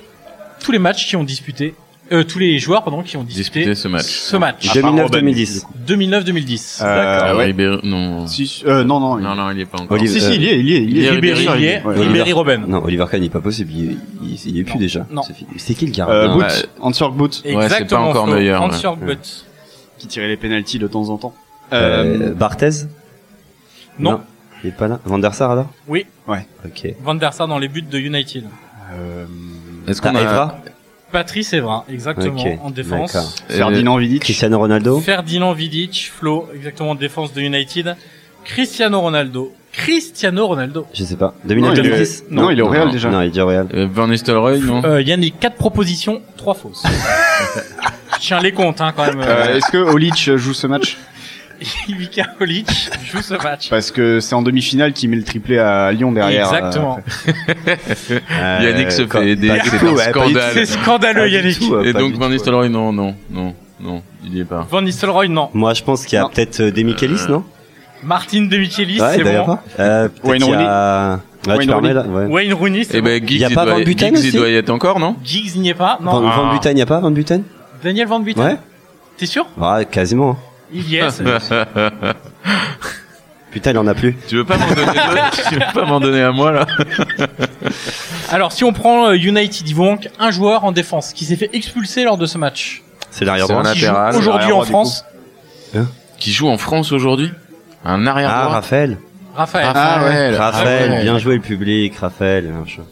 tous les matchs qui ont disputé, euh, tous les joueurs pardon qui ont disputé,
Disputer ce match.
ce match.
part Robben,
2009-2010.
2009-2010.
Euh, ouais.
Ribéry- non.
Si, euh, non non. il-
Non, non, il y est pas encore.
Olivier-
Si si, il y est, il y est, il y est.
Ribéry,
Ribéry, Ribéry,
Ouais.
Ribéry, Robben.
Non, Oliver Kahn, il est pas possible, il, il, il y est plus
Non.
déjà.
Non.
C'est fini. C'est qui le gars
Euh,
Non,
Boot,
ouais.
Hans-Jörg Boot,
Ouais, c'est pas
Exactement,
encore
Flo.
Neuer,
Hans
ouais.
Jörg Butt.
qui tirait les pénalties de temps en temps.
euh, Barthez
Non.
Il est pas là. Van der Sar alors
Oui.
Ouais.
Ok.
Van der Sar dans les buts de United.
euh,
Est-ce
T'as
qu'on a
Evra
Patrice Evra, exactement,
Ok,
en défense.
Euh,
Ferdinand Vidic.
Cristiano Ronaldo
Ferdinand Vidic, Flo, exactement en défense de United. Cristiano Ronaldo. Cristiano Ronaldo.
Je sais pas.
Non, il est-
2009-2010
non, il est au Real déjà.
Non, il est au Real.
euh, Van Nistelrooy, non
Euh, Yannick, quatre propositions, trois fausses. Je tiens les comptes hein, quand même.
Euh,
Euh, [laughs]
Est-ce que Olic joue ce match
Ivica Olic joue ce match.
Parce que c'est en demi-finale qu'il met le triplé à Lyon derrière. euh,
Exactement.
Yannick se
Euh, quand-
fait aider,
pas Bah, du
c'est
tout,
un
ouais, pas du tout.
scandale.
C'est scandaleux, Yannick.
tout, euh,
Et
pas
donc
du
Van
tout,
Nistelrooy, non, non, non, non, il y est pas.
Van Nistelrooy, non.
Moi, je pense qu'il y a peut-être euh, des Michaelis, non
Martin De Michelis,
Ouais,
c'est
d'ailleurs
bon.
pas. Euh, peut-être
Wayne
qu'il y a... Ouais, tu
Wayne
permets, là ouais.
Wayne Rooney, c'est
Eh
bon.
ben Giggs,
Y a
il,
pas
doit,
Van Buten
Giggs, il
aussi
doit y être encore, non
Giggs n'y est pas. Non. Ah.
Van,
Ah.
Van Buten, y a pas Van Buten
Daniel Van Buten.
Ouais
T'es sûr
Ouais, quasiment. hein.
Il y est.
[laughs]
c'est-
Putain, il en a plus.
Tu veux pas m'en donner deux Tu veux pas m'en donner à moi là
Alors, si on prend euh, United, ils vont manquer un joueur en défense qui s'est fait expulser lors de ce match.
C'est l'arrière
C'est
droit.
un
Qui joue
latéral,
aujourd'hui
arrière-droit,
en
du
France.
Qui joue en France aujourd'hui Un arrière
Ah,
droit.
Raphaël.
Raphaël.
Raphaël.
Raphaël,
Ah ouais.
bien joué le public, Raphaël. bien sûr.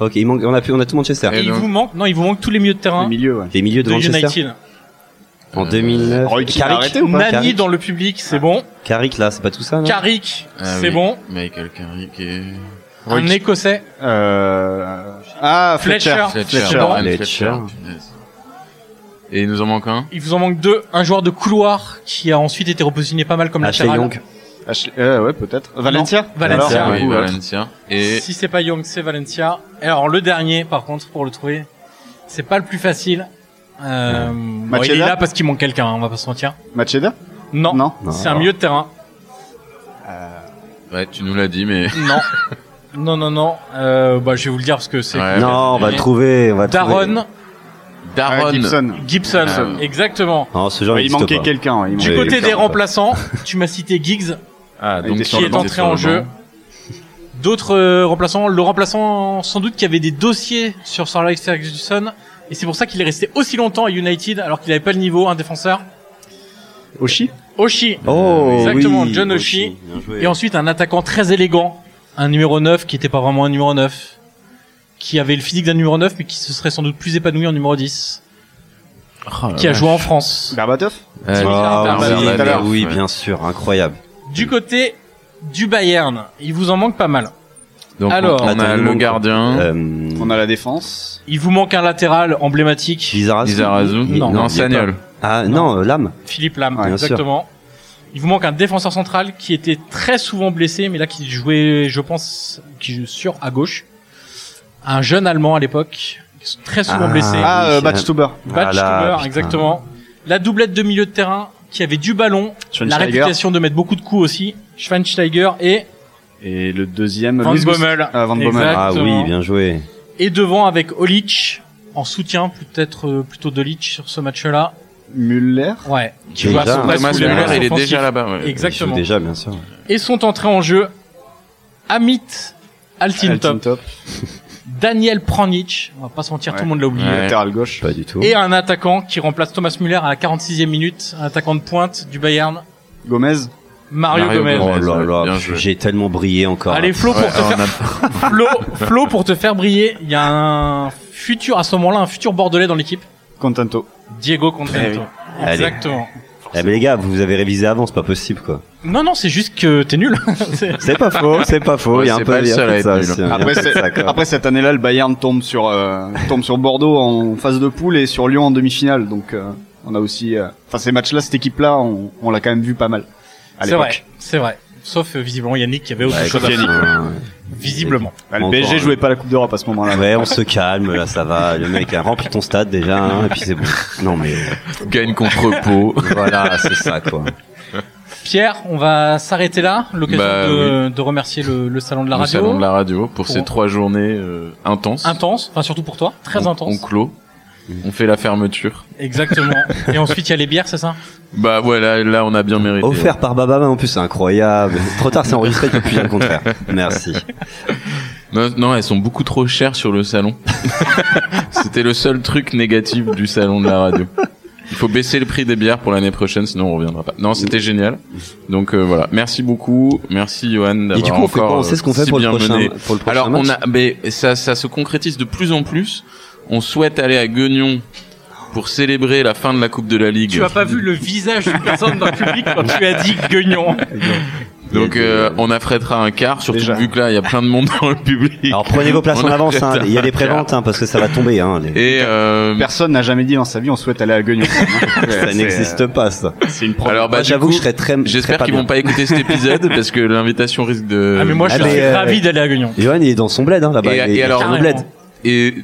Ok, il manque, on a plus, on a tout Manchester.
Et
Et
il
donc-
vous manque, non, il vous manque tous les milieux de
Au
terrain
milieu, ouais.
Les milieux de,
de
Manchester.
United.
En 2009.
Roy Keane a
Carrick,
arrêté ou pas
Nani
Carrick Ah
dans le public, c'est bon.
Carrick, là, c'est pas tout ça, non
Carrick,
Ah
c'est
oui.
bon.
Michael Carrick et
Un écossais.
Euh... Ah, Fletcher.
Fletcher.
Fletcher.
Fletcher.
Ryan
Fletcher.
punaise. Et il nous en manque un
Il vous en manque deux. Un joueur de couloir qui a ensuite été repositionné pas mal comme
Ashley
latéral.
Ah, Young.
Ashley- euh, ouais, peut-être. Valencia
Valencia.
Alors,
oui,
ouais.
Valencia. Et
Si c'est pas Young, c'est Valencia. Et alors le dernier, par contre, pour le trouver, c'est pas le plus facile. Euh, bon, il est
Macheda
là parce qu'il manque quelqu'un, hein, on va pas se mentir.
Macheda
Non,
Non.
c'est un milieu de terrain.
ouais, tu nous l'as dit, mais
Non, non, non, non. Euh, bah, je vais vous le dire parce que c'est
Ouais.
Non, on va le trouver, on va le trouver.
Daron
Ouais,
Daron.
Ah, Gibson.
Gibson,
Euh.
exactement.
Non, ce genre
Ouais, il
n'existe
manquait
pas.
quelqu'un. ouais, il
Du
Oui,
manquait
côté
quelqu'un.
des remplaçants, tu m'as cité Giggs.
Ah,
Il
donc
était
sur
qui
le
est
banc,
entré
sur le
en jeu.
banc.
D'autres euh, remplaçants, le remplaçant sans doute qui avait des dossiers sur Sir Alex Ferguson, et c'est pour ça qu'il est resté aussi longtemps à United alors qu'il n'avait pas le niveau, un défenseur.
Oshi
Oshi,
Oh,
Exactement,
oui,
John
Oshie,
Oshie.
bien joué.
et ensuite un attaquant très élégant, un numéro 9 qui n'était pas vraiment un numéro 9, qui avait le physique d'un numéro 9 mais qui se serait sans doute plus épanoui en numéro 10,
Oh, la
qui a
vache.
joué en France.
Berbatov
Ah,
oui,
Ah,
Zlatan,
oui,
Zlatan,
mais
Zlatan,
oui,
ouais.
bien sûr, incroyable.
Du côté du Bayern, il vous en manque pas mal.
Donc,
Alors,
on
Attends,
a
il nous
le
manque-
Hein
gardien,
Euh,
On a la défense.
Il vous manque un latéral emblématique,
Lizarazu.
Lizarazu.
Non,
il y a
Non, Sagnol.
Ah, non, euh, Lame.
Philippe Lam,
Ouais, bien sûr.
exactement. Il vous manque un défenseur central qui était très souvent blessé, mais là qui jouait, je pense, qui joue sur à gauche. Un jeune Allemand à l'époque, très souvent
Ah.
blessé.
Ah,
oui,
euh,
c'est la-
Batstuber.
Batch
voilà,
Tuber,
Ah, putain.
exactement. La doublette de milieu de terrain qui avait du ballon, la
Schweinsteiger.
réputation de mettre beaucoup de coups aussi. Schweinsteiger et
Et le deuxième.
Van
Luis Gust-
Bommel.
Ah, Van Bommel.
Exact.
Ah
Exactement.
oui, bien joué.
et devant avec Olic en soutien, peut-être euh, plutôt Delic sur ce match-là.
Müller.
Ouais. Qui
Déjà,
va son
Thomas
place
Thomas
sous
Müller,
les
Müller,
menaces
il est
offensives.
déjà là-bas. ouais.
Il joue
Exactement.
Déjà, bien sûr.
et sont entrés en jeu Amit Altintop,
Top.
Daniel Pranic, on va pas se mentir, tout le monde l'a oublié,
Ouais.
Latéral gauche.
Pas du tout.
et un attaquant qui remplace Thomas Müller à la 46e minute, un attaquant de pointe du Bayern,
Gomez.
Mario,
Mario
Gomez.
Oh
Gomez.
là
Bien
là,
joué.
j'ai tellement brillé encore. hein.
Allez Flo pour
Ouais,
te
on
faire
a-
Flo, Flo pour te faire briller, il y a un futur à ce moment-là un futur bordelais dans l'équipe,
Contento.
Diego
Eh
Contento.
Allez.
Exactement.
Eh ben les gars, vous avez révisé avant, c'est pas possible quoi.
Non non, c'est juste que t'es nul. [laughs] C'est-
C'est pas faux, c'est pas faux.
Ouais,
il y a un
c'est
peu
pas le
il y a un
seul
peu
à
de
être
ça
nul.
aussi, hein, il y a un
Après,
peu de
c'est-
ça, quoi.
après cette année-là, le Bayern tombe sur euh, tombe sur Bordeaux en phase de poule et sur Lyon en demi-finale. Donc euh, on a aussi, euh, enfin ces matchs-là, cette équipe-là, on, on l'a quand même vu pas mal. À
C'est vrai,
l'époque.
c'est vrai. Sauf euh, visiblement Yannick qui avait autre
Ouais,
chose à
écoute,
faire.
euh,
Visiblement.
Bah, le
Encore,
PSG
hein.
jouait pas la Coupe d'Europe à ce moment-là.
Ouais, on se calme, là, ça va. Le mec a rempli ton stade déjà, hein, et puis c'est bon. Non mais
[laughs]
euh,
Gagne contre Pau.
voilà, c'est ça
[laughs]
quoi.
Pierre, on va s'arrêter là. L'occasion
Bah,
de, de remercier le, le salon de la
Au
radio.
salon de la radio pour
Pour-
ces trois journées euh, intenses.
Intense, enfin surtout pour toi, très
On-
intense.
On clôt. On fait la fermeture.
Exactement. Et ensuite il y a les bières, c'est ça
Bah ouais, là, là on a bien mérité.
Offert par Baba en plus, c'est incroyable. Trop tard, c'est enregistré, il peut plus dire le contraire. Merci.
Non, non, elles sont beaucoup trop chères sur le salon. [laughs] C'était le seul truc négatif du salon de la radio. Il faut baisser le prix des bières pour l'année prochaine, sinon on reviendra pas. Non, c'était génial. Donc euh, voilà, merci beaucoup, merci Johan d'avoir
Et du coup, on fait
encore,
quoi On sait ce qu'on
euh,
fait
si
pour le
bien
prochain,
mené.
pour le prochain
Alors
match
on a, mais ça, ça se concrétise de plus en plus. On souhaite aller à Guignon pour célébrer la fin de la Coupe de la Ligue. Euh,
Tu as pas vu le visage d'une personne dans le public quand tu as dit guignon.
Donc
Il y a des-
euh, on affrètera un quart, surtout
Déjà.
vu que là il y a plein de monde dans le public.
Alors prenez vos places
On
en avance, hein.
affrètera
il y a
un
des
quart.
préventes hein, parce que ça va tomber. Hein. les-
Et euh,
Personne n'a jamais dit dans sa vie on souhaite aller à [laughs] Guignon.
Ça n'existe pas ça.
euh, C'est une preuve.
alors
Moi,
bah du
J'avoue
coup,
que je serais très. je serais
j'espère qu'ils
bien.
vont pas écouter
[laughs]
cet épisode parce que l'invitation risque de.
Ah, mais moi, je
Ah,
suis
mais, euh,
ravi d'aller à Guignon.
Johan il est dans son bled hein, là-bas.
Et-
il est-
et alors-
il est dans le bled.
Et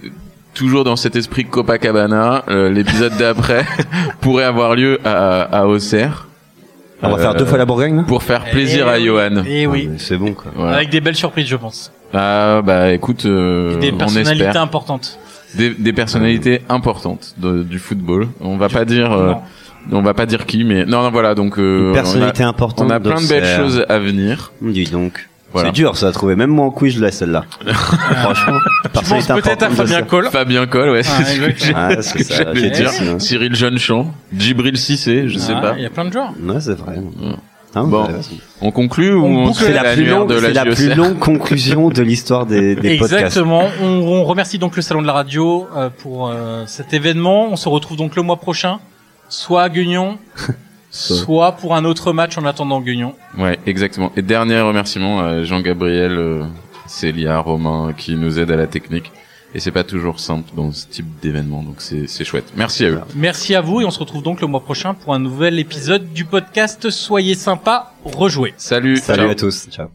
toujours dans cet esprit Copacabana, euh, l'épisode d'après [laughs] pourrait avoir lieu à, à Auxerre
On va faire
Euh,
deux fois la Bourgogne. là
pour faire plaisir à Johan.
Et
Ah,
Eh oui.
mais C'est bon quoi.
Voilà.
Avec des belles surprises, je pense.
Ah bah écoute, euh,
Et des
on
personnalités
espère Ah,
importantes.
des, des personnalités importantes de- du football. On va pas dire, euh,
Non.
on va pas dire qui, mais non, non voilà donc euh,
Une personnalité
on a,
importante.
on a plein de belles
d'Auxerre.
choses à venir.
Dis donc.
Voilà.
C'est dur ça à trouver. Même moi en quiz je l'ai
[laughs]
celle-là. Franchement.
Je pense
personnalité
peut-être à
importante
Fabien [laughs]
d'Auxerre.
Cole.
Fabien Coll, ouais,
Ah,
[laughs] c'est ce que
exact.
j'ai-
Ah, c'est
que
ça,
j'allais
j'ai
dire.
dit, sinon.
Cyril Jeunechamp, Djibril Cissé, je sais
Ah,
pas.
Il y a plein de joueurs.
Ouais, c'est vrai. Hein,
Bon.
ouais,
On conclut ou
On
on,
boucle
se
C'est
fait
la, plus
l'annuaire
longue,
de
c'est
la E
la plus
[laughs] JOCR?
longue conclusion de l'histoire des,
[laughs]
des podcasts.
Exactement. On, on remercie donc le salon de la radio euh, pour euh, cet événement. On se retrouve donc le mois prochain, soit à
[laughs]
Guignon, soit pour un autre match en attendant Guignon.
Ouais, exactement. Et dernier remerciement à Jean-Gabriel, euh, Célia, Romain, qui nous aident à la technique. Et c'est pas toujours simple dans ce type d'événement, donc c'est c'est chouette. Merci à eux.
Merci à vous et on se retrouve donc le mois prochain pour un nouvel épisode du podcast Soyez sympa, rejouez.
Salut,
Salut
ciao.
à tous. Ciao.